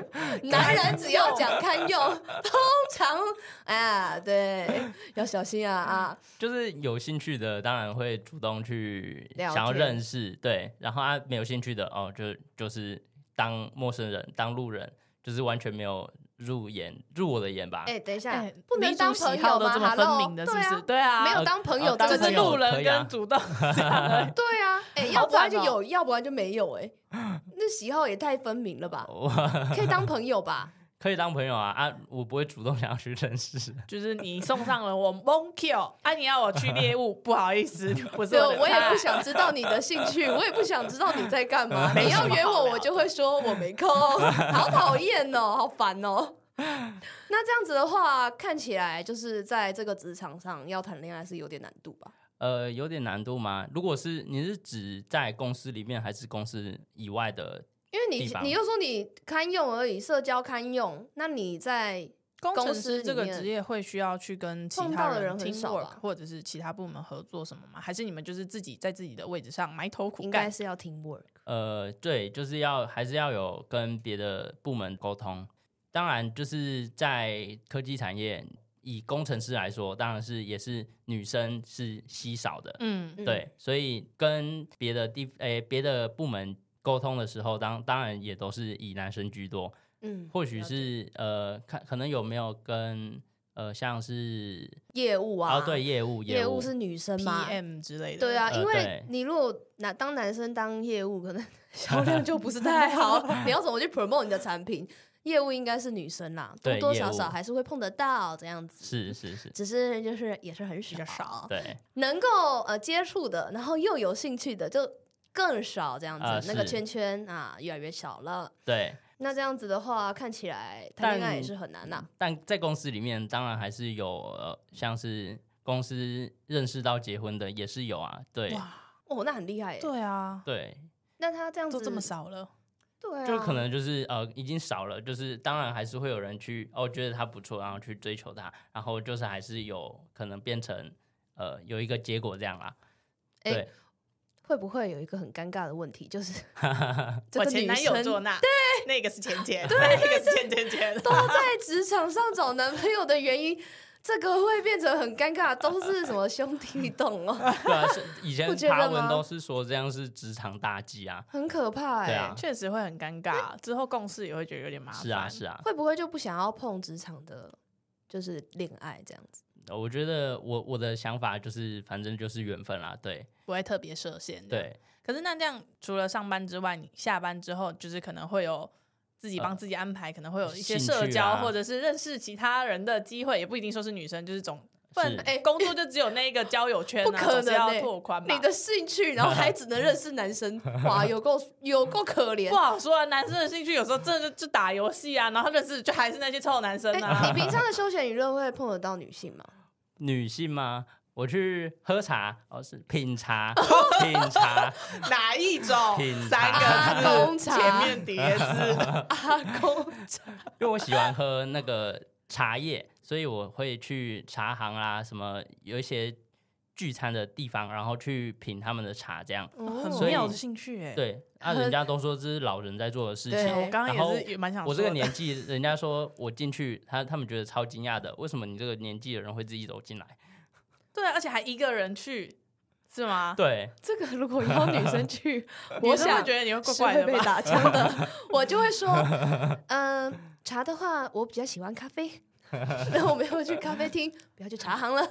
Speaker 2: 男人只要讲堪用，通常啊，对，要小心啊啊。
Speaker 3: 就是有兴趣的当然会主动去
Speaker 2: 聊
Speaker 3: 想要
Speaker 2: 天
Speaker 3: 认识，对，然后他、没有兴趣的哦，就就是当陌生人，当路人，就是完全没有入眼入我的眼吧。
Speaker 2: 哎、等一下，
Speaker 1: 哎 <laughs>
Speaker 2: 不能
Speaker 1: 民族
Speaker 2: 当
Speaker 1: 喜
Speaker 2: 朋
Speaker 1: 好
Speaker 2: 友
Speaker 1: 都
Speaker 2: 吗？
Speaker 1: 这么分明的，是不是？对啊，
Speaker 2: 没有当朋友
Speaker 3: 哦当
Speaker 2: 这
Speaker 1: 就
Speaker 2: 个
Speaker 1: 是
Speaker 3: 朋友
Speaker 1: 路人
Speaker 3: 可以啊
Speaker 1: 跟主动这样而已
Speaker 2: 对啊，哎、
Speaker 1: 好
Speaker 2: 要不然
Speaker 1: 惨
Speaker 2: 就
Speaker 1: 哦
Speaker 2: 有，要不然就没有、哎，那喜好也太分明了 <laughs> 吧？
Speaker 3: 我
Speaker 2: 可以当朋友吧？
Speaker 3: 可以当朋友啊啊！我不会主动想 <laughs> 要去认识，
Speaker 1: 就是你送上了我 Monkey，啊，你要我去猎 <laughs> 物，不好意思，不是
Speaker 2: 对，啊
Speaker 1: 我的
Speaker 2: 我也
Speaker 1: 菜
Speaker 2: 不想知道你的兴趣，我也不想知道你在干嘛。
Speaker 3: <laughs>
Speaker 1: 没
Speaker 2: 你
Speaker 1: 什
Speaker 2: 要
Speaker 1: 么
Speaker 2: 约
Speaker 1: 好
Speaker 2: 我，
Speaker 1: 聊
Speaker 2: 我就会说我没空，好讨厌哦，好烦
Speaker 3: <laughs>
Speaker 2: 哦。那这样子的话，看起来就是在这个职场上要谈恋爱是有点难度吧？
Speaker 3: 呃，有点难度吗？如果是你是指在公司里面，还是公司以外的？
Speaker 2: 因为
Speaker 3: 地
Speaker 2: 你
Speaker 3: 方
Speaker 2: 你又说你堪用而已，社交堪用，那你在
Speaker 1: 工
Speaker 2: 公
Speaker 1: 程
Speaker 2: 司
Speaker 1: 师
Speaker 2: 里
Speaker 1: 这个
Speaker 2: 面
Speaker 1: 职业会需要去跟其
Speaker 2: 碰
Speaker 1: 他
Speaker 2: 到的
Speaker 1: 人
Speaker 2: 人很少啊
Speaker 1: teamwork
Speaker 2: 吧
Speaker 1: 或者是其他部门合作什么吗？还是你们就是自己在自己的位置上埋头苦
Speaker 2: 应该
Speaker 1: 干？
Speaker 2: 是要 team work。
Speaker 3: 呃，对，就是要还是要有跟别的部门沟通。当然，就是在科技产业，以工程师来说，当然是也是女生是稀少的，
Speaker 1: 嗯，
Speaker 2: 嗯
Speaker 3: 对，所以跟别的地诶别的部门沟通的时候，当当然也都是以男生居多。
Speaker 2: 嗯，
Speaker 3: 或许
Speaker 2: 了解
Speaker 3: 是呃，看可能有没有跟呃，像是
Speaker 2: 业务啊，
Speaker 3: 哦，对，业务
Speaker 2: 业
Speaker 3: 务
Speaker 2: 务是女生嘛。
Speaker 1: PM 之类的。
Speaker 2: 对啊，
Speaker 3: 呃
Speaker 2: 因为
Speaker 3: 对
Speaker 2: 你如果拿当男生当业务，可能销量就不是太 <laughs> 好。你要怎么去 promote 你的产品？业务应该是女生啦，多
Speaker 3: 对
Speaker 2: 多
Speaker 3: 业
Speaker 2: 少少
Speaker 3: 务
Speaker 2: 还是会碰得到这样子。
Speaker 3: 是是是，
Speaker 2: 只是就是也是很少，
Speaker 1: 较少
Speaker 3: 对
Speaker 2: 能够呃接触的，然后又有兴趣的就更少这样子，
Speaker 3: 啊
Speaker 2: 那个
Speaker 3: 是
Speaker 2: 圈圈啊越来越小了。
Speaker 3: 对。
Speaker 2: 那这样子的话，看起来谈
Speaker 3: 但
Speaker 2: 恋爱也是很难呐、啊
Speaker 3: 但在公司里面，当然还是有、呃、像是公司认识到结婚的也是有啊，对
Speaker 1: 哇，
Speaker 2: 哦，那很厉害耶。
Speaker 1: 对啊，
Speaker 3: 对，
Speaker 2: 那他这样子
Speaker 1: 都这么，少了，
Speaker 2: 对啊，
Speaker 3: 就可能就是呃已经少了，就是当然还是会有人去哦觉得他不错，然后去追求他，然后就是还是有可能变成呃有一个结果这样啦。
Speaker 2: 哎
Speaker 3: 对，
Speaker 2: 会不会有一个很尴尬的问题，就是
Speaker 3: <laughs>
Speaker 2: 这
Speaker 1: 我
Speaker 2: 个
Speaker 1: 前
Speaker 2: 女
Speaker 1: 男友
Speaker 2: 生
Speaker 1: 做那，对，那个是钱钱，对，那个是钱钱 <laughs> 钱，
Speaker 2: 都在职场上找男朋友的原因，这个会变成很尴尬，都是什么兄弟洞
Speaker 3: <laughs>
Speaker 2: 哦，
Speaker 3: 对啊，是以前
Speaker 2: 不觉得
Speaker 3: 爬文
Speaker 2: 吗
Speaker 3: 都是说这样是职场大忌啊，
Speaker 2: 很可怕哎、
Speaker 3: 对啊，
Speaker 1: 确实会很尴尬，之后共事也会觉得有点麻烦。
Speaker 3: 是啊是啊，
Speaker 2: 会不会就不想要碰职场的，就是恋爱这样子？
Speaker 3: 我觉得我我的想法就是反正就是缘分啦，对
Speaker 1: 不会特别设限。，
Speaker 3: 对，
Speaker 1: 可是那这样除了上班之外，你下班之后就是可能会有。自己帮自己安排，可能会有一些
Speaker 3: 呃兴
Speaker 1: 社
Speaker 3: 趣
Speaker 1: 交、
Speaker 3: 啊
Speaker 1: 或者是认识其他人的机会，也不一定说是女生，就是总不然
Speaker 3: 是
Speaker 1: 哎、工作就只有那一个交友圈、 <laughs> 啊，
Speaker 2: 不可
Speaker 1: 总是
Speaker 2: 能欸
Speaker 1: 要拓宽嘛。
Speaker 2: 你的兴趣，然后还只能认识男生，
Speaker 3: <laughs>
Speaker 2: 哇，有够有够可怜
Speaker 1: 不。好说啊，男生的兴趣有时候真的就就打游戏啊，然后认识就还是那些臭男生
Speaker 2: 哎、
Speaker 1: 啊。
Speaker 2: 你平常的休闲娱乐会碰得到女性吗？
Speaker 3: 女性吗？我去喝茶，哦是品
Speaker 1: <laughs>
Speaker 3: 茶，品茶，
Speaker 1: 哪一种
Speaker 3: 品？啊茶
Speaker 1: 三
Speaker 2: 阿
Speaker 1: 个
Speaker 2: 公
Speaker 1: 字，
Speaker 2: 茶
Speaker 1: 前面叠
Speaker 3: <laughs>
Speaker 1: 字。
Speaker 2: 阿公茶，
Speaker 3: 因为我喜欢喝那个茶叶，所以我会去茶行啦、什么有一些聚餐的地方，然后去品他们的茶，这样。
Speaker 1: 很
Speaker 3: 所以
Speaker 1: 妙的兴趣哎、
Speaker 3: 对，啊，人家都说这是老人在做的事
Speaker 2: 对
Speaker 3: 情。
Speaker 1: 我刚刚
Speaker 3: 然后
Speaker 1: 也是也蛮想
Speaker 3: 我
Speaker 1: 说
Speaker 3: 这个
Speaker 1: 的
Speaker 3: 年纪，人家说我进去，他他们觉得超惊讶的，为什么你这个年纪的人会自己走进来？
Speaker 1: 对啊，而且还一个人去，是吗？，
Speaker 3: 对，
Speaker 2: 这个如果邀女生去
Speaker 1: <laughs>
Speaker 2: 我
Speaker 1: 女生
Speaker 2: 想
Speaker 1: 会觉得你会怪
Speaker 2: 是
Speaker 1: 怪
Speaker 2: 会
Speaker 1: 的
Speaker 2: 被
Speaker 1: 吧？
Speaker 2: 打枪
Speaker 1: <laughs>
Speaker 2: 的，我就会说，嗯、茶的话，我比较喜欢咖啡。 <laughs> 那我们要去咖啡厅，不要去茶
Speaker 1: <laughs>
Speaker 2: 行了。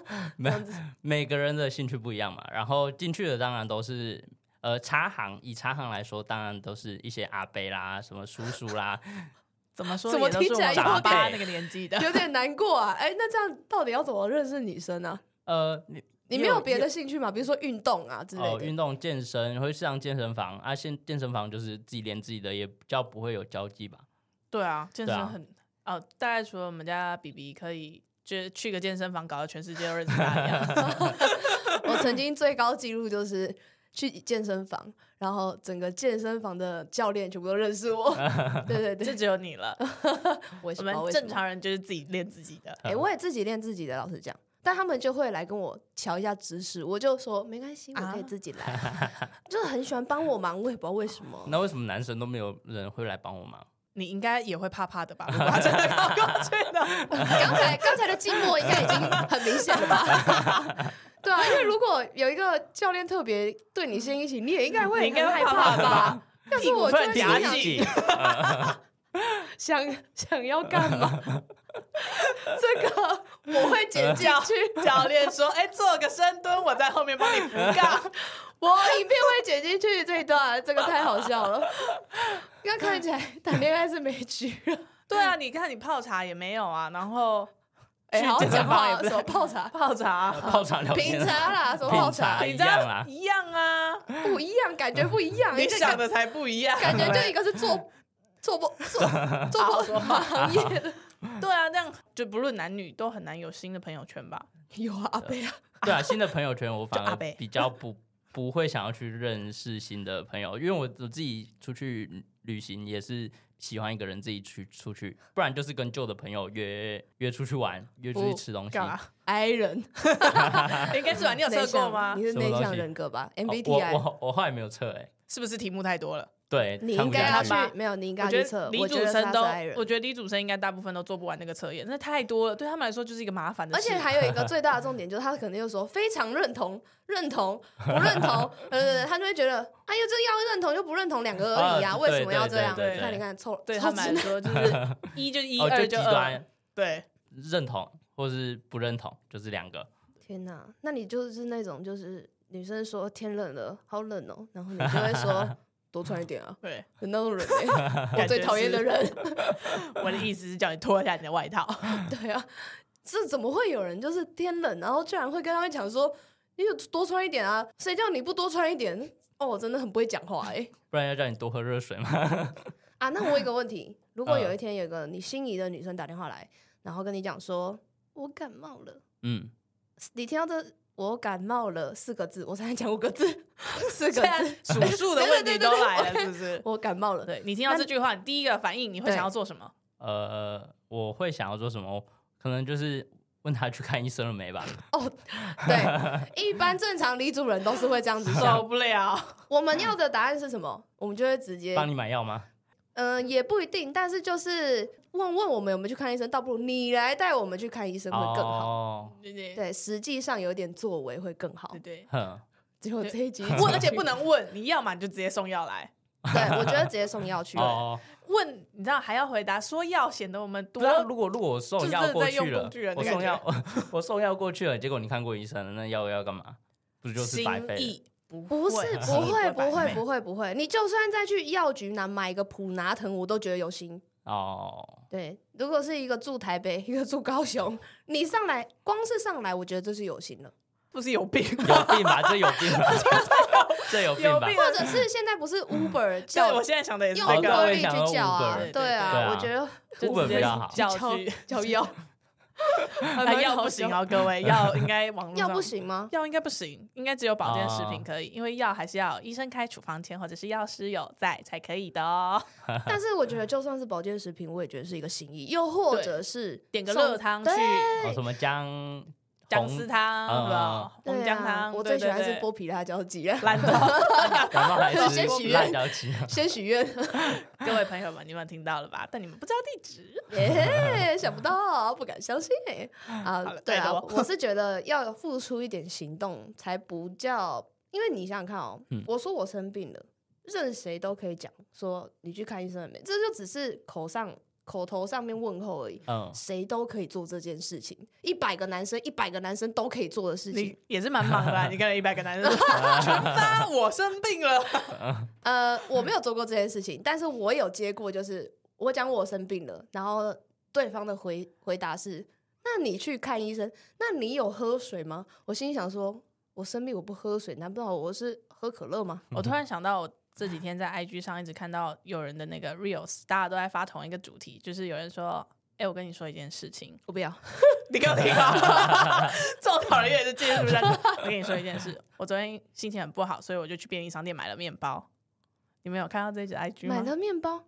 Speaker 2: 这样子，
Speaker 3: 每个人的兴趣不一样嘛，然后进去的当然都是。呃，茶行以茶行来说，当然都是一些阿伯啦、什么叔叔啦， <laughs>
Speaker 1: 怎么说
Speaker 2: 怎么
Speaker 1: 也都是
Speaker 2: 听
Speaker 1: 我
Speaker 2: 起来
Speaker 1: 们爸
Speaker 3: 有
Speaker 1: 爸
Speaker 3: 点
Speaker 1: 那个年纪的。
Speaker 2: 有点难过啊。哎、那这样到底要怎么认识女生呢、
Speaker 3: 呃，你
Speaker 2: 你没有别的兴趣吗？比如说运动啊之类
Speaker 3: 哦，
Speaker 2: 的。
Speaker 3: 运动健身会上健身房啊，现健身房就是自己练自己的，也比较不会有交际吧。
Speaker 1: <laughs> 对啊，健
Speaker 3: 对
Speaker 1: 身
Speaker 3: 啊
Speaker 1: 很哦，大概除了我们家 B B 可以，就是去个健身房，搞得全世界都认识他一样。
Speaker 2: 我曾经最高纪录就是去健身房，然后整个健身房的教练全部都认
Speaker 1: <laughs>
Speaker 2: 识我。对对
Speaker 1: 这
Speaker 2: 对，
Speaker 1: 只有你了，
Speaker 2: 我也是
Speaker 1: 我
Speaker 2: 不知道
Speaker 1: 们
Speaker 2: 为什么
Speaker 1: 正常人就是自己练自己的。
Speaker 2: 哎、我也自己练自己的，老实讲。但他们就会来跟我瞧一下知识，我就说没关系，我可以
Speaker 1: 啊
Speaker 2: 自己来，
Speaker 1: <laughs>
Speaker 2: 就是很喜欢帮我忙，我也不知道为什么。
Speaker 3: 那为什么男生都没有人会来帮我忙？
Speaker 1: 你应该也会怕怕的吧？如果他真的搞过去
Speaker 2: <laughs>
Speaker 1: 的话，
Speaker 2: 刚才刚才的静默应该已经很明显了吧？
Speaker 1: <laughs>
Speaker 2: 对啊，因为如果有一个教练特别对你心一起，你也应该会
Speaker 1: 你应该
Speaker 2: 很
Speaker 1: 会
Speaker 2: 害
Speaker 1: 怕怕的
Speaker 2: 吧？
Speaker 1: 吧？
Speaker 2: 要是我就会
Speaker 1: 屁股突然
Speaker 2: 心
Speaker 1: 夹
Speaker 2: 想
Speaker 1: 紧
Speaker 2: 想想要干嘛？
Speaker 1: <laughs>
Speaker 2: 这个我会剪进
Speaker 1: <laughs>
Speaker 2: 去，
Speaker 1: 教练说：“哎，做个深蹲，我在后面帮你扶杠。
Speaker 2: 我影片会剪进去这一段，这个太好笑了。那看起来谈恋爱是没局了，”
Speaker 1: 对啊，你看你泡茶也没有啊，然 <laughs> 后
Speaker 2: 哎、好好
Speaker 1: 去健身
Speaker 2: 讲
Speaker 1: 房
Speaker 2: 话
Speaker 1: 也
Speaker 2: 啊，
Speaker 1: 不
Speaker 2: 什
Speaker 1: 是
Speaker 2: 么泡
Speaker 1: <laughs>
Speaker 2: 茶、
Speaker 1: 泡茶
Speaker 3: 呃 <laughs> 泡茶聊
Speaker 2: 品
Speaker 3: 天啊，
Speaker 2: 茶啦，什么泡茶哎
Speaker 3: 品
Speaker 1: 你
Speaker 3: 一
Speaker 1: 这
Speaker 3: 样啦
Speaker 1: 一样啊，
Speaker 2: 不一样，感觉不一样。
Speaker 1: <laughs>
Speaker 2: 哎
Speaker 1: 你
Speaker 2: 一个
Speaker 1: 想
Speaker 2: 感
Speaker 1: 的才不一样。<laughs>
Speaker 2: 感觉就一个是做做不做做不行业的，
Speaker 1: <laughs> 对啊，这样就不论男女都很难有新的朋友圈
Speaker 3: <laughs>
Speaker 1: 吧？
Speaker 2: 有啊，阿贝啊，
Speaker 1: <laughs>
Speaker 3: 对啊，新的朋友圈我反
Speaker 1: 就阿
Speaker 3: 而
Speaker 1: 伯
Speaker 3: 比较不不会想要去认识新的朋友，因为我我自己出去旅行也是喜欢一个人自己去出去，不然就是跟旧的朋友约约出去玩，约出去
Speaker 1: 不
Speaker 3: 吃东西。哦
Speaker 1: 干嘛？
Speaker 2: i 人，
Speaker 3: 嗯
Speaker 1: <laughs> 应该是吧？你有测过
Speaker 2: <laughs>
Speaker 1: 吗
Speaker 2: 内向你？是内
Speaker 3: 什么东
Speaker 2: 向
Speaker 3: 西
Speaker 2: 人格吧
Speaker 3: 哦我
Speaker 1: 啊
Speaker 2: ？MBTI，
Speaker 3: 我我后来没有测哎、
Speaker 1: 是不是题目太多了？
Speaker 3: 对，
Speaker 2: 你
Speaker 3: 看
Speaker 2: 应
Speaker 3: 不
Speaker 2: 该要
Speaker 3: 下
Speaker 1: 去吧
Speaker 2: 去，没有，你应该
Speaker 1: 我
Speaker 2: 要去
Speaker 1: 觉
Speaker 2: 测
Speaker 1: 得。李
Speaker 2: 我
Speaker 1: 主
Speaker 2: 觉得
Speaker 1: 生
Speaker 2: 他是
Speaker 1: 都
Speaker 2: I，
Speaker 1: 我
Speaker 2: 人，
Speaker 1: 觉得李主生应该大部分都做不完那个测验，那太多了，对他们来说就是一个麻烦的
Speaker 2: 而
Speaker 1: 事。
Speaker 2: 且还有
Speaker 1: <laughs>
Speaker 2: 一个最大的重点就是他可能又说非常认同、认同、不认同，呃，他就会觉得哎呦，这要认同又不认同两个而已啊，
Speaker 3: 啊
Speaker 2: 为什么要这样？
Speaker 3: 对
Speaker 1: 对对
Speaker 2: 你看你看， <laughs> 臭
Speaker 1: 对他
Speaker 2: 臭直
Speaker 1: 们来
Speaker 2: 男
Speaker 1: 说就是
Speaker 3: <laughs>
Speaker 1: 一就一，
Speaker 3: 哦，
Speaker 1: 二就
Speaker 3: 就极
Speaker 1: 二
Speaker 3: 端，
Speaker 1: 对，
Speaker 3: 认同或是不认同，就是两个。
Speaker 2: 天哪，那你就是那种就是女生说天冷了，好冷哦，然后你就会
Speaker 1: <laughs>
Speaker 2: 说多穿一点啊，
Speaker 1: 对，
Speaker 2: 的那
Speaker 1: <laughs>
Speaker 2: 种人、欸，我最讨厌的人。
Speaker 1: 我的意思是叫你脱下你的外
Speaker 3: <laughs>
Speaker 1: 套，
Speaker 2: 对啊，这怎么会有人就是天冷，然后居然会跟他们讲说，你有多穿一点啊？谁叫你不多穿一点？哦，我真的很不会讲话哎、
Speaker 3: 不然要叫你多喝热水嘛。
Speaker 2: 啊，那我有一个问题，如果
Speaker 3: 嗯
Speaker 2: 有一天有个你心仪的女生打电话来，然后跟你讲说我感冒了，
Speaker 3: <laughs> 嗯，
Speaker 2: 你听到这“我感冒了”四个字，我才讲五个字，四个
Speaker 1: 虽然
Speaker 2: 字，
Speaker 1: 数数的问题都来了，是不是？
Speaker 2: 我感冒了。
Speaker 1: 对你听到这句话，你第一个反应你会想要做什么？
Speaker 3: 呃，我会想要做什么？可能就是问他去看医生了没吧。
Speaker 2: 对，一般正常李主人都是会这样子
Speaker 1: 受
Speaker 2: 说。
Speaker 1: 不了，
Speaker 2: 我们要的答案是什么？我们就会直接，
Speaker 3: 帮你买
Speaker 1: <laughs>
Speaker 3: 药吗？
Speaker 2: 嗯、也不一定，但是就是问问我们有没有去看医生，倒不如你来带我们去看医生会更好。
Speaker 3: 哦，
Speaker 1: 对对
Speaker 2: 对，实际上有点作为会更好
Speaker 1: 对。 <laughs> 对。
Speaker 3: 哼，
Speaker 2: 结果这一
Speaker 1: <laughs>
Speaker 2: 集
Speaker 1: 问，而且不能问，你要嘛你就直接送药来。
Speaker 2: <laughs> 对，我觉得直接送药去。
Speaker 3: 哦，
Speaker 1: 问，你知道还要回答说药，显得我们
Speaker 3: 不
Speaker 1: 多
Speaker 3: 知道如果如果我送
Speaker 1: 就是
Speaker 3: 药
Speaker 1: 真的
Speaker 3: 过
Speaker 1: 在
Speaker 3: 去
Speaker 1: 用
Speaker 3: 了
Speaker 1: 工具人，的
Speaker 3: 我
Speaker 1: 感
Speaker 3: 送
Speaker 1: 觉
Speaker 3: 药 <laughs> 我送药过去了，结果你看过医生了，那药要干嘛？不就是
Speaker 1: 心
Speaker 3: 白费了？
Speaker 1: 意不
Speaker 2: 不是，不会，不会，
Speaker 1: 会。
Speaker 2: 不会，不会。你就算再去药局拿买一个普拿疼，我都觉得有心。
Speaker 3: 哦，
Speaker 2: 对，如果是一个住台北，一个住高雄，你上来光是上来，我觉得这是有心了。
Speaker 1: 不是有病，
Speaker 3: 有病吧？这有病吧？ <laughs> 这有病吧？
Speaker 1: 有病
Speaker 2: 或者是现在不是 Uber
Speaker 1: 啊对，
Speaker 2: 叫
Speaker 1: 我现在想的也是
Speaker 2: 用
Speaker 1: 这
Speaker 3: 好
Speaker 1: 个，
Speaker 3: 我
Speaker 2: Uber
Speaker 3: 也嗯哦想
Speaker 2: 去叫啊
Speaker 3: Uber，？
Speaker 1: 对
Speaker 2: 啊，我觉得
Speaker 1: 就
Speaker 3: Uber
Speaker 1: 直接
Speaker 3: 比较好
Speaker 1: 叫去
Speaker 2: 叫药， <laughs>
Speaker 1: 那药不行
Speaker 2: 啊
Speaker 1: 哦，各位， <laughs> 药应该网络
Speaker 2: 药
Speaker 1: 上
Speaker 2: 不，行
Speaker 3: <laughs>
Speaker 2: 吗？
Speaker 1: 药应该不行，应该只有保健食品
Speaker 3: 哦
Speaker 1: 可以，因为药还是要医生开处方前或者是药师有在才可以的哦。
Speaker 2: 但是我觉得就算是保健食品，我也觉得是一个心意。又或者是
Speaker 1: 点个
Speaker 2: 送
Speaker 1: 热汤去
Speaker 2: 对啊
Speaker 3: 哦，什么姜
Speaker 1: 姜
Speaker 3: 红
Speaker 1: 丝汤
Speaker 3: 嗯
Speaker 1: 是吧？
Speaker 2: 对啊
Speaker 1: 红姜汤，
Speaker 2: 我
Speaker 1: 对
Speaker 2: 最喜欢
Speaker 1: 对
Speaker 2: 是
Speaker 1: 对
Speaker 2: 剥皮辣椒鸡啊，
Speaker 1: 懒得。
Speaker 2: <laughs>
Speaker 3: 然后
Speaker 1: <laughs>
Speaker 3: 还
Speaker 2: 先
Speaker 3: 是
Speaker 2: 许
Speaker 3: 辣
Speaker 2: 愿
Speaker 3: 椒鸡。
Speaker 2: 先许愿。
Speaker 1: 各位朋友们，你们听到了吧？但你们不知道地址， <laughs>
Speaker 2: 耶，哎想不到，不敢相信啊
Speaker 1: 好了！
Speaker 2: 对
Speaker 1: 带
Speaker 2: 啊，
Speaker 1: 着我
Speaker 2: 我是觉得要有付出一点行动，才不叫。因为你想想看哦，
Speaker 3: 嗯
Speaker 2: 我说我生病了，任谁都可以讲说你去看医生了没，这就只是口上口头上面问候而已。
Speaker 1: 哦
Speaker 3: 嗯，
Speaker 2: 谁都可以做这件事情，一百个男生，一百个男生都可以做的事情
Speaker 1: 你。也是蛮忙的啊。你跟了一百个男 <laughs> 人说，
Speaker 2: 嗯
Speaker 1: 群发我生病了，
Speaker 2: <laughs> 呃，我没有做过这件事情，但是我有接过，就是我讲我生病了，然后对方的回回答是：那你去看医生，那你有喝水吗？我心里想说，我生病我不喝水，难不道我是喝可乐吗？
Speaker 1: 我突然想到，我这几天在 IG 上一直看到有人的那个 reels，大家都在发同一个主题，就是有人说：“哎、我跟你说一件事情，
Speaker 2: <laughs> 我不要，
Speaker 1: 你给我听
Speaker 2: <laughs>
Speaker 1: 啊！”这种讨人厌的技术下去。 <laughs> 我跟你说一件事，我昨天心情很不好，所以我就去便利商店买了面包。你们有看到这一集 IG
Speaker 2: 买
Speaker 1: 吗？
Speaker 2: 了面包。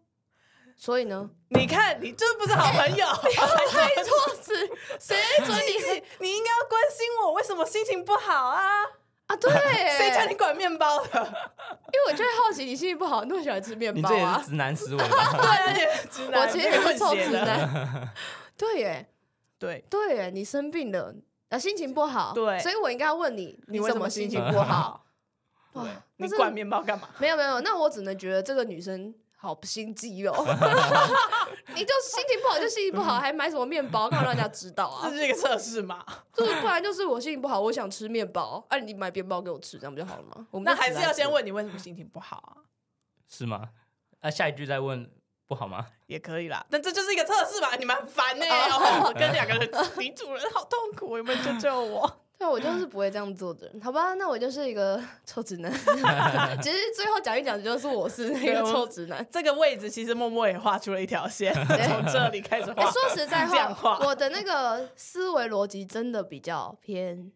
Speaker 2: 所以呢，
Speaker 1: 你看，你真不是好朋 <laughs> 友。
Speaker 2: <laughs> 太作死，谁准你
Speaker 1: 你应该要关心我为什么心情不好啊？
Speaker 2: 啊？ <laughs> 对，
Speaker 1: 谁叫你管面包的？
Speaker 2: 因为我就会好奇你心情不好，你那么喜欢吃面
Speaker 3: 你
Speaker 2: 包
Speaker 3: 这也
Speaker 2: 啊
Speaker 3: 是？直男思维吧？ <laughs>
Speaker 1: 对啊，你直男，
Speaker 2: 我其实也
Speaker 1: 被
Speaker 2: 是
Speaker 1: 混
Speaker 2: 臭
Speaker 1: 血
Speaker 2: 直
Speaker 1: 的。
Speaker 2: 男。对耶，
Speaker 1: 对，
Speaker 2: 对耶，你生病了，啊，心情不好，
Speaker 1: 对
Speaker 2: 所以我应该要问你，
Speaker 1: 你为
Speaker 2: 怎
Speaker 1: 什么
Speaker 2: 心
Speaker 1: 心
Speaker 2: 情
Speaker 1: 情
Speaker 2: 不
Speaker 1: 不
Speaker 2: 好？
Speaker 1: 好？
Speaker 2: 哇
Speaker 1: 对，
Speaker 2: 那
Speaker 1: 你
Speaker 2: 真的
Speaker 1: 管面包干嘛？
Speaker 2: 没有没有，那我只能觉得这个女生好心机哦， <laughs> 你就心情不好就心情不好，还买什么面包，干嘛让人家知道
Speaker 1: <laughs> 这
Speaker 2: 啊？
Speaker 1: 是一个测试 <laughs> 嘛？
Speaker 2: <laughs> 就是不然就是我心情不好，我想吃面包，啊，你买面包给我吃，这样不就好了吗？我们
Speaker 1: 那
Speaker 2: 就
Speaker 1: 还
Speaker 2: 只
Speaker 1: 是
Speaker 2: 来
Speaker 1: 要先
Speaker 2: 吃，
Speaker 1: 问你为什么心情不好啊？
Speaker 3: 是吗？那下一句再问不好吗？
Speaker 1: <laughs> 也可以啦，但这就是一个测试嘛，你们很烦呢、
Speaker 2: 哦
Speaker 1: 我跟两 <laughs> 个人，女主人好痛苦，有没有救救我？
Speaker 2: 对啊我就是不会这样做的人，好吧？那我就是一个 <laughs> 臭直
Speaker 1: <laughs>
Speaker 2: 男，其实最后讲一讲，就是我是那
Speaker 1: 对
Speaker 2: 个
Speaker 1: 我
Speaker 2: 臭直男。
Speaker 1: <laughs> 这个位置其实默默也画出了一条 <laughs> 线，从这里开始
Speaker 2: 哎、
Speaker 1: 画。
Speaker 2: 说实在
Speaker 1: 这样
Speaker 2: 话，
Speaker 1: 画
Speaker 2: 我的那个思维逻辑真的比较
Speaker 1: <laughs>
Speaker 2: 偏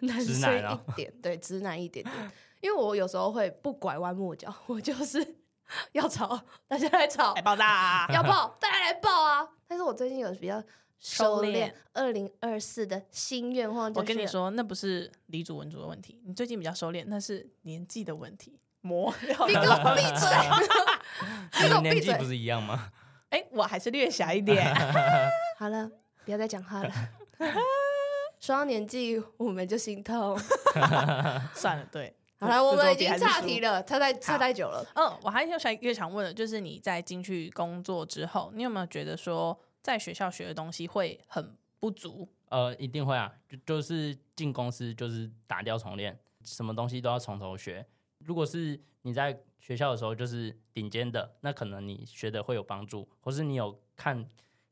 Speaker 2: 男
Speaker 3: 直
Speaker 2: 生
Speaker 3: 男啊
Speaker 2: 一点，对，直男一点点。因为我有时候会不拐弯抹角，我就是 <laughs> 要吵，大家来吵
Speaker 1: 哎，，爆炸、啊！
Speaker 2: 要爆，大家来爆啊！但是我最近有比较收
Speaker 1: 收
Speaker 2: 敛
Speaker 1: 敛，
Speaker 2: 二零二四的新愿望、就是，
Speaker 1: 我跟你，说，那不是李主文主的问题，你最近比较收敛，那是年纪的问题。磨掉
Speaker 2: 你给
Speaker 1: 了。
Speaker 2: 我闭嘴！
Speaker 1: <laughs>
Speaker 3: 你们
Speaker 2: 闭
Speaker 3: 年纪
Speaker 2: 嘴
Speaker 3: 不是一样吗？
Speaker 1: 哎、我还是略小一 <laughs> 点。
Speaker 2: 好了，不要再讲
Speaker 1: <laughs>
Speaker 2: 话了。说到年纪，我们就心
Speaker 1: <laughs>
Speaker 2: 痛。
Speaker 1: 算了，对。
Speaker 2: 好了，我
Speaker 1: 这
Speaker 2: 们已
Speaker 1: 周比
Speaker 2: 经
Speaker 1: 还是
Speaker 2: 岔
Speaker 1: 输
Speaker 2: 题了，岔太岔
Speaker 1: 好
Speaker 2: 太久了。
Speaker 1: 嗯，我还有想越想问的，就是你在进去工作之后，你有没有觉得说在学校学的东西会很不足？
Speaker 3: 呃，一定会啊，就就是进公司就是打掉重练，什么东西都要从头学。如果是你在学校的时候就是顶尖的，那可能你学的会有帮助，或是你有看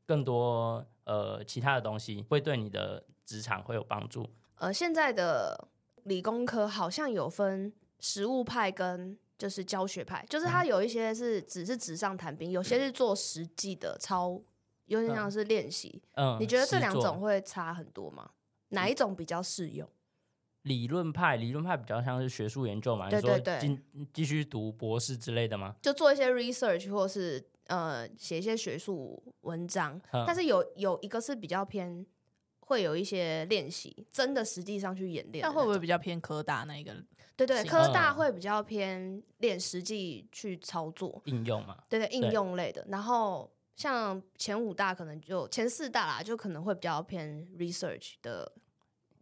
Speaker 3: 更多呃其他的东西，会对你的职场会有帮助。
Speaker 2: 呃，现在的理工科好像有分实物派跟就是教学派，就是他有一些是只是纸上谈兵，有些是做实际的操，有点像是练习。
Speaker 3: 嗯，
Speaker 2: 你觉得这
Speaker 3: 实
Speaker 2: 两
Speaker 3: 作
Speaker 2: 种会差很多吗？哪一种比较适用？
Speaker 3: 理论派，理论派比较像是学术研究嘛，
Speaker 2: 对对对
Speaker 3: 你说继继续读博士之类的吗？
Speaker 2: 就做一些 research 或是呃写一些学术文章，
Speaker 3: 嗯
Speaker 2: 但是有有一个是比较偏会有一些练习，真的实际上去演练
Speaker 1: 那
Speaker 2: 的那种。
Speaker 1: 会不会比较偏科大那一个？
Speaker 2: 对对，
Speaker 1: 行
Speaker 2: 科大
Speaker 3: 嗯
Speaker 2: 会比较偏练实际去操作，
Speaker 3: 应用嘛，
Speaker 2: 对对，应
Speaker 3: 对
Speaker 2: 用类的。然后像前五大可能就前四大啦，就可能会比较偏 research 的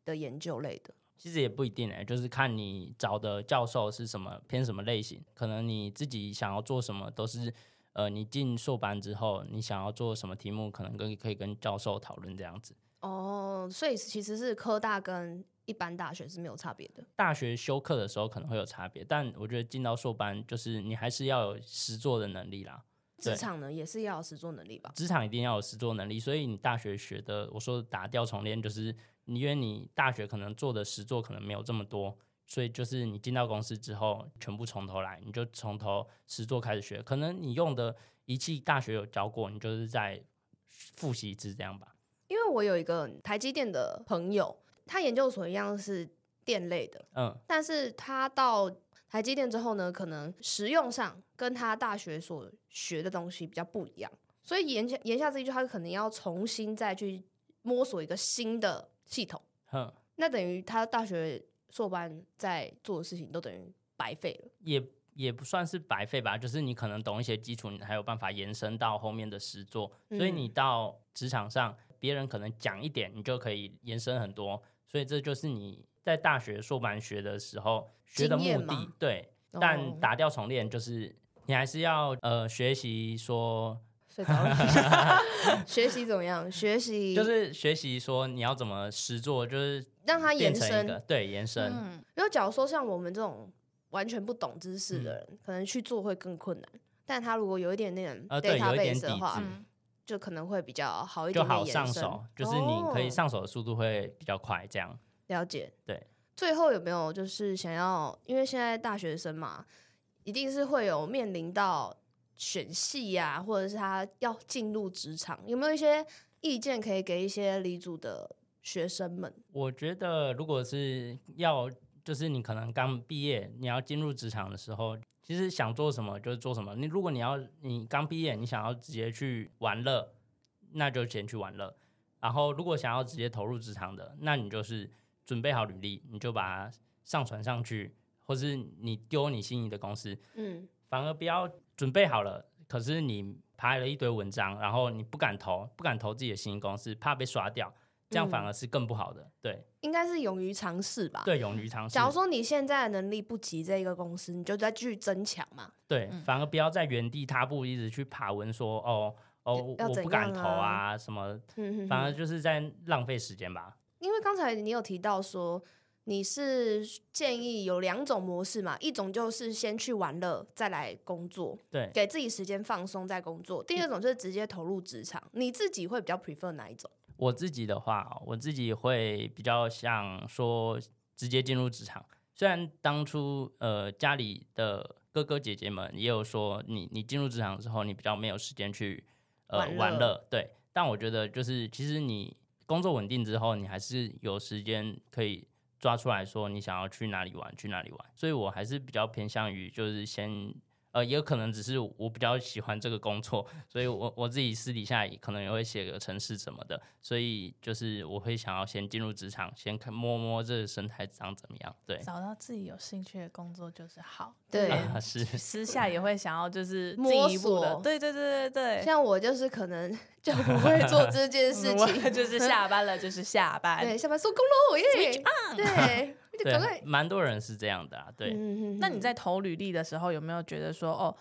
Speaker 2: 的研究类的。
Speaker 3: 其实也不一定哎、就是看你找的教授是什么偏什么类型，可能你自己想要做什么都是，呃，你进硕班之后，你想要做什么题目，可能跟可以跟教授讨论这样子。
Speaker 2: 哦，所以其实是科大跟一般大学是没有差别的。
Speaker 3: 大学修课的时候可能会有差别，但我觉得进到硕班，就是你还是要有实作的能力啦。对
Speaker 2: 职场呢也是要有实作能力吧？
Speaker 3: 职场一定要有实作能力，所以你大学学的，我说打掉重练，就是你因为你大学可能做的实作可能没有这么多，所以就是你进到公司之后，全部从头来，你就从头实作开始学。可能你用的仪器大学有教过，你就是在复习一次这样吧。
Speaker 2: 因为我有一个台积电的朋友，他研究所一样是电类的，
Speaker 3: 嗯，
Speaker 2: 但是他到台积电之后呢，可能实用上跟他大学所学的东西比较不一样，所以言下言下之意，就他可能要重新再去摸索一个新的系统，
Speaker 3: 哼，
Speaker 2: 那等于他大学硕班在做的事情都等于白费了。
Speaker 3: 也也不算是白费吧，就是你可能懂一些基础，你才有办法延伸到后面的实作。所以
Speaker 2: 嗯
Speaker 3: 你到职场上，别人可能讲一点，你就可以延伸很多。所以这就是你在大学硕班学的时候学的
Speaker 2: 经验
Speaker 3: 目的
Speaker 2: 嘛。
Speaker 3: 对，
Speaker 2: 哦
Speaker 3: 但打掉重练就是你还是要呃学习说，
Speaker 2: 睡着了，
Speaker 3: <laughs>
Speaker 2: <laughs> 学习怎么样？学习
Speaker 3: 就是学习说你要怎么实作，就是
Speaker 2: 让他
Speaker 3: 变
Speaker 2: 延
Speaker 3: 成
Speaker 2: 伸
Speaker 3: 一个对延伸。
Speaker 1: 嗯，
Speaker 2: 因为假如说像我们这种完全不懂知识的人，
Speaker 3: 嗯
Speaker 2: 可能去做会更困难。但他如果有一点点
Speaker 3: 呃对有一点
Speaker 2: database 的
Speaker 3: 底
Speaker 2: 话，
Speaker 3: 子
Speaker 1: 嗯
Speaker 2: 就可能会比较好一
Speaker 3: 就
Speaker 2: 点
Speaker 3: 好
Speaker 2: 点
Speaker 3: 上
Speaker 2: 延伸。
Speaker 3: 手，就是你可以
Speaker 2: 哦
Speaker 3: 上手的速度会比较快，这样。
Speaker 2: 了解。
Speaker 3: 对，
Speaker 2: 最后有没有就是想要，因为现在大学生嘛，一定是会有面临到选系呀、或者是他要进入职场，有没有一些意见可以给一些离组的学生们？
Speaker 3: 我觉得，如果是要，就是你可能刚毕业，你要进入职场的时候，其实想做什么就是做什么。你如果你要你刚毕业，你想要直接去玩乐，那就先去玩乐。然后，如果想要直接投入职场的，那你就是准备好履历，你就把它上传上去，或是你丢你心仪的公司，
Speaker 2: 嗯，
Speaker 3: 反而不要准备好了，可是你拍了一堆文章，然后你不敢投，不敢投自己的心仪公司，怕被刷掉，这样反
Speaker 2: 嗯
Speaker 3: 而是更不好的。对。
Speaker 2: 应该是勇于尝试吧。
Speaker 3: 对，勇于尝试
Speaker 2: 假。如说你现在的能力不及这一个公司，你就再去增强嘛。
Speaker 3: 对，反而不要在原地踏步，一直去爬文说哦哦，我
Speaker 2: 要
Speaker 3: 我
Speaker 2: 怎
Speaker 3: 不敢
Speaker 2: 样
Speaker 3: 投
Speaker 2: 啊
Speaker 3: 啊什么，
Speaker 2: 嗯
Speaker 3: 反而就是在浪费时间吧。
Speaker 2: 因为刚才你有提到说，你是建议有两种模式嘛，一种就是先去玩乐，再来工作，
Speaker 3: 对，
Speaker 2: 给自己时间放松再工作；第二种就是直接投入职场。你自己会比较 prefer 哪一种？
Speaker 3: 我自己的话，我自己会比较想说直接进入职场。虽然当初呃家里的哥哥姐姐们也有说你你进入职场之后，你比较没有时间去呃
Speaker 2: 玩乐
Speaker 3: 玩乐，对。但我觉得就是其实你工作稳定之后，你还是有时间可以抓出来说你想要去哪里玩，去哪里玩。所以我还是比较偏向于就是先。呃，也有可能只是我比较喜欢这个工作，所以我我自己私底下也可能也会写个程式什么的，所以就是我会想要先进入职场，先看摸摸这个生态长怎么样。对，
Speaker 1: 找到自己有兴趣的工作就是好。
Speaker 2: 对
Speaker 3: <laughs> 啊、是
Speaker 1: 私下也会想要就是
Speaker 2: 摸
Speaker 1: 进一步的
Speaker 2: 索，
Speaker 1: 对对对对对。
Speaker 2: <laughs> 像我就是可 <laughs> 能就不会做这件事
Speaker 1: 我 <laughs>
Speaker 2: 情，
Speaker 1: 就是
Speaker 2: <laughs>
Speaker 1: 下班了，就是下班。
Speaker 2: 对，下班收工喽，耶！ <laughs> 对，就赶
Speaker 3: 对
Speaker 2: 快，。
Speaker 3: 蛮多人是这样的啊。对，
Speaker 2: 嗯
Speaker 1: 那你在投履历的时候有没有觉得说，哦，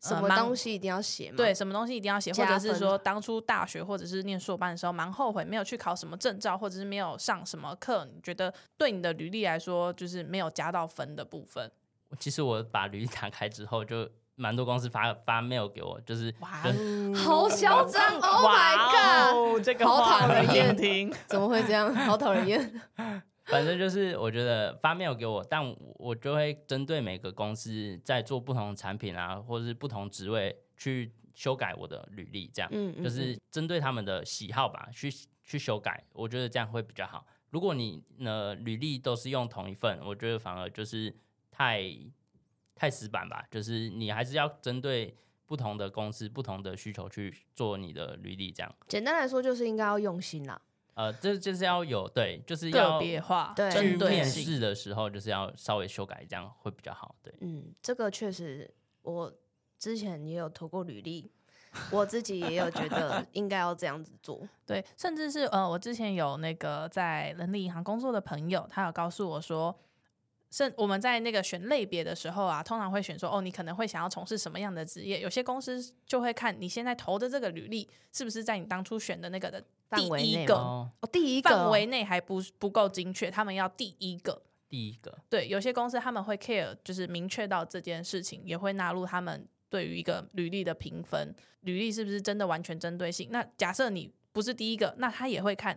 Speaker 2: 什么东西一定要写吗？
Speaker 1: 对，什么东西一定要写，或
Speaker 2: 加
Speaker 1: 者是
Speaker 2: 分
Speaker 1: 说当初大学或者是念硕班的时候，蛮后悔没有去考什么证照，或者是没有上什么课，你觉得对你的履历来说就是没有加到分的部分？
Speaker 3: 其实我把履历打开之后，就蛮多公司发发 mail 给我，就是
Speaker 1: 哇
Speaker 3: 就
Speaker 1: 哦，
Speaker 2: 好嚣张！Oh
Speaker 1: 哇
Speaker 2: my god！
Speaker 1: 哦，这个
Speaker 2: 好
Speaker 1: 话
Speaker 2: 讨人
Speaker 1: 听
Speaker 2: 厌
Speaker 1: 听。
Speaker 2: 怎么会这样？好讨人厌！
Speaker 3: 反正就是我觉得发 mail 给我，但我就会针对每个公司在做不同产品啊，或者是不同职位去修改我的履历，这样
Speaker 2: 嗯嗯
Speaker 3: 就是针对他们的喜好吧，去去修改，我觉得这样会比较好。如果你呢履历都是用同一份，我觉得反而就是太太死板吧，就是你还是要针对不同的公司、不同的需求去做你的履历，这样。
Speaker 2: <laughs> 简单来说就是应该要用心啦。
Speaker 3: 呃，这就是要有对，就是
Speaker 1: 个
Speaker 3: 要
Speaker 1: 别化，
Speaker 2: 对
Speaker 1: 针
Speaker 3: 去
Speaker 1: 对
Speaker 3: 面
Speaker 1: 性。
Speaker 3: 试的时候就是要稍微修改，这样会比较好。对，
Speaker 2: 嗯，这个确实，我之前也有投过履历，我自己也有觉
Speaker 1: <laughs>
Speaker 2: 得应该要这样子做。
Speaker 1: 对，甚至是呃，我之前有那个在人力银行工作的朋友，他有告诉我说，甚我们在那个选类别的时候啊，通常会选说，哦，你可能会想要从事什么样的职业？有些公司就会看你现在投的这个履历是不是在你当初选的那个的
Speaker 2: 范
Speaker 1: 第
Speaker 2: 围内
Speaker 1: 一
Speaker 2: 对
Speaker 1: 个
Speaker 3: 哦，
Speaker 2: 哦，第一个
Speaker 1: 范
Speaker 2: 哦
Speaker 1: 围内还不不够精确，他们要第一个。
Speaker 3: 第一个
Speaker 1: 对，有些公司他们会 care，就是明确到这件事情，也会纳入他们对于一个履历的评分，履历是不是真的完全针对性？那假设你不是第一个，那他也会看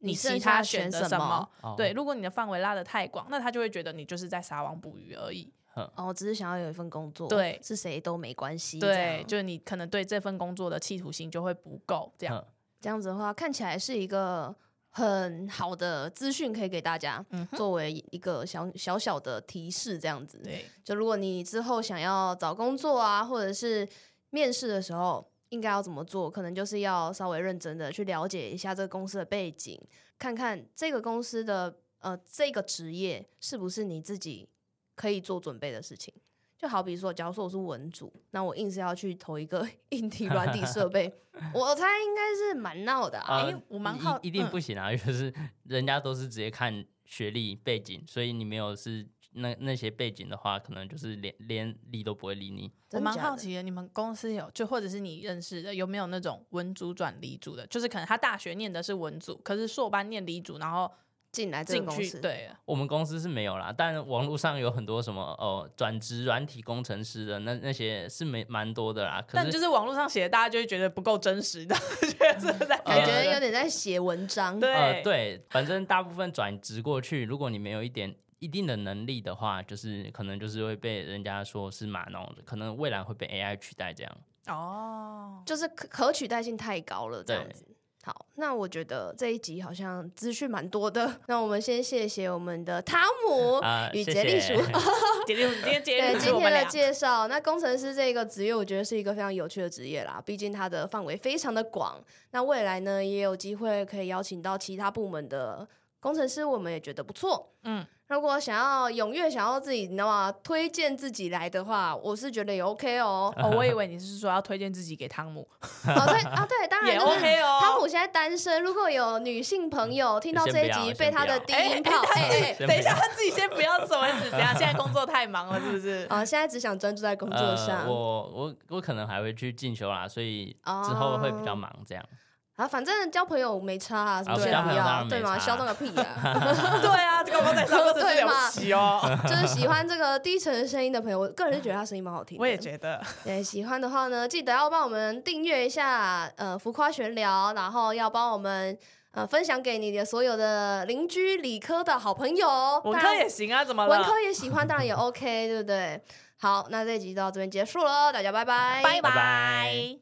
Speaker 2: 你
Speaker 1: 其
Speaker 2: 剩
Speaker 1: 他
Speaker 2: 下
Speaker 1: 选
Speaker 2: 选
Speaker 1: 择什
Speaker 2: 什么？
Speaker 3: 哦
Speaker 1: 对，，如果你的范围拉得太广，那他就会觉得你就是在撒网捕鱼而已。
Speaker 2: 哦，只是想要有一份工作，
Speaker 1: 对
Speaker 2: 是谁都没关系。这
Speaker 1: 对，
Speaker 2: 样
Speaker 1: 就是你可能对这份工作的企图心就会不够，这样。
Speaker 3: 嗯
Speaker 2: 这样子的话，看起来是一个很好的资讯可以给大家，
Speaker 1: 嗯哼
Speaker 2: 作为一个小小小的提示，这样子。
Speaker 1: 对，
Speaker 2: 就如果你之后想要找工作啊，或者是面试的时候，应该要怎么做？可能就是要稍微认真的去了解一下这个公司的背景，看看这个公司的呃这个职业是不是你自己可以做准备的事情。就好比说，假如说我是文组，那我硬是要去投一个 <laughs> 硬体软体
Speaker 1: <laughs>
Speaker 2: 设备，我猜应该是蛮闹的、啊。
Speaker 1: 哎
Speaker 3: 呃
Speaker 1: 我蛮好
Speaker 3: 一一定
Speaker 1: 嗯
Speaker 3: 不行啊， <laughs> 就是人家都是直接看学历背景，所以你没有是那那些背景的话，可能就是连连理都不会理你。
Speaker 1: 我
Speaker 2: 真
Speaker 1: 蛮
Speaker 2: 假
Speaker 1: 好
Speaker 2: 的
Speaker 1: 奇的，你们公司有就或者是你认识的有没有那种文组转理组的？就是可能他大学念的是文组，可是硕班念理组，然后
Speaker 2: 进来这
Speaker 1: 进
Speaker 2: 个公
Speaker 1: 去
Speaker 2: 司，
Speaker 1: 对，
Speaker 3: 我们公司是没有啦，但网络上有很多什么哦转职软体工程师的那那些是没蛮多的啦。可
Speaker 1: 但
Speaker 3: 是
Speaker 1: 就是网络上写的，大家就会觉得不够真实的， <laughs> 觉得是在
Speaker 2: 感
Speaker 1: 骗
Speaker 2: 觉有
Speaker 1: 人
Speaker 2: 点在写文章。
Speaker 1: 对、
Speaker 3: 呃，对，反正大部分转职过去，如果你没有一点一定的能力的话，就是可能就是会被人家说是码农，可能未来会被 AI 取代这样。
Speaker 1: 哦， <laughs>
Speaker 2: 就是可可取代性太高了，这样
Speaker 3: 对
Speaker 2: 子。好，那我觉得这一集好像资讯蛮多的， <laughs> 那我们先谢谢我们的汤姆
Speaker 3: 啊
Speaker 2: 与
Speaker 3: 谢
Speaker 2: 杰利鼠
Speaker 3: 谢
Speaker 1: 今天今天今
Speaker 2: 对
Speaker 1: 天
Speaker 2: 今
Speaker 1: 我
Speaker 2: 天
Speaker 1: 们
Speaker 2: 的
Speaker 1: 俩，
Speaker 3: <laughs>
Speaker 2: 介绍。那工程师这个职业，我觉得是一个非常有趣的职业啦，毕竟它的范围非常的广。那未来呢，也有机会可以邀请到其他部门的工程师，我们也觉得不错。
Speaker 1: 嗯，
Speaker 2: 如果想要踊跃想要自己，你知道吗？推荐自己来的话，我是觉得也 OK
Speaker 1: <laughs>。
Speaker 2: 哦
Speaker 1: 哦，我以为你是说要推荐自己给汤姆，
Speaker 2: 哦，对 <laughs> 啊，对，当然
Speaker 1: 也
Speaker 2: 就是
Speaker 1: OK 哦。
Speaker 2: 汤姆现在单身，如果有女性朋友听到这一集
Speaker 3: 先不要
Speaker 2: 被他的低音炮，哎哎，
Speaker 3: 先
Speaker 1: 等一
Speaker 3: 不
Speaker 1: 下，
Speaker 3: 要
Speaker 1: 他自己先不要什么意思，怎样？
Speaker 3: <laughs>
Speaker 1: 现在工作太忙了，是不是？
Speaker 2: 哦，现在只想专注在工作上
Speaker 3: 呃、。我我我可能还会去进修啦，所以之后会比较忙这样。
Speaker 2: 啊，反正交朋友没差啊，什么
Speaker 3: 啊
Speaker 2: 都不
Speaker 1: 交朋友
Speaker 3: 当然
Speaker 2: 要，
Speaker 3: 没
Speaker 2: 对吗？
Speaker 3: 差
Speaker 2: 嚣张个屁
Speaker 3: <laughs>
Speaker 2: 啊！
Speaker 1: 对啊，这个我在上课真是
Speaker 2: 对
Speaker 1: 了
Speaker 2: 嘛
Speaker 1: 不起哦。
Speaker 2: 就是喜欢这个低沉的声音的朋友，我个人是觉得他声音蛮好听的。
Speaker 1: 我也觉得，
Speaker 2: 对，喜欢的话呢，记得要帮我们订阅一下，呃，浮夸闲聊，然后要帮我们呃分享给你的所有的邻居、理科的好朋友。
Speaker 1: 文
Speaker 2: 当
Speaker 1: 科
Speaker 2: 然
Speaker 1: 也行啊，怎么
Speaker 2: 文
Speaker 1: 了？
Speaker 2: 科也喜欢，当然也 OK，对不对？好，那这一集就到这边结束喽，大家拜拜，
Speaker 1: 拜
Speaker 3: 拜拜。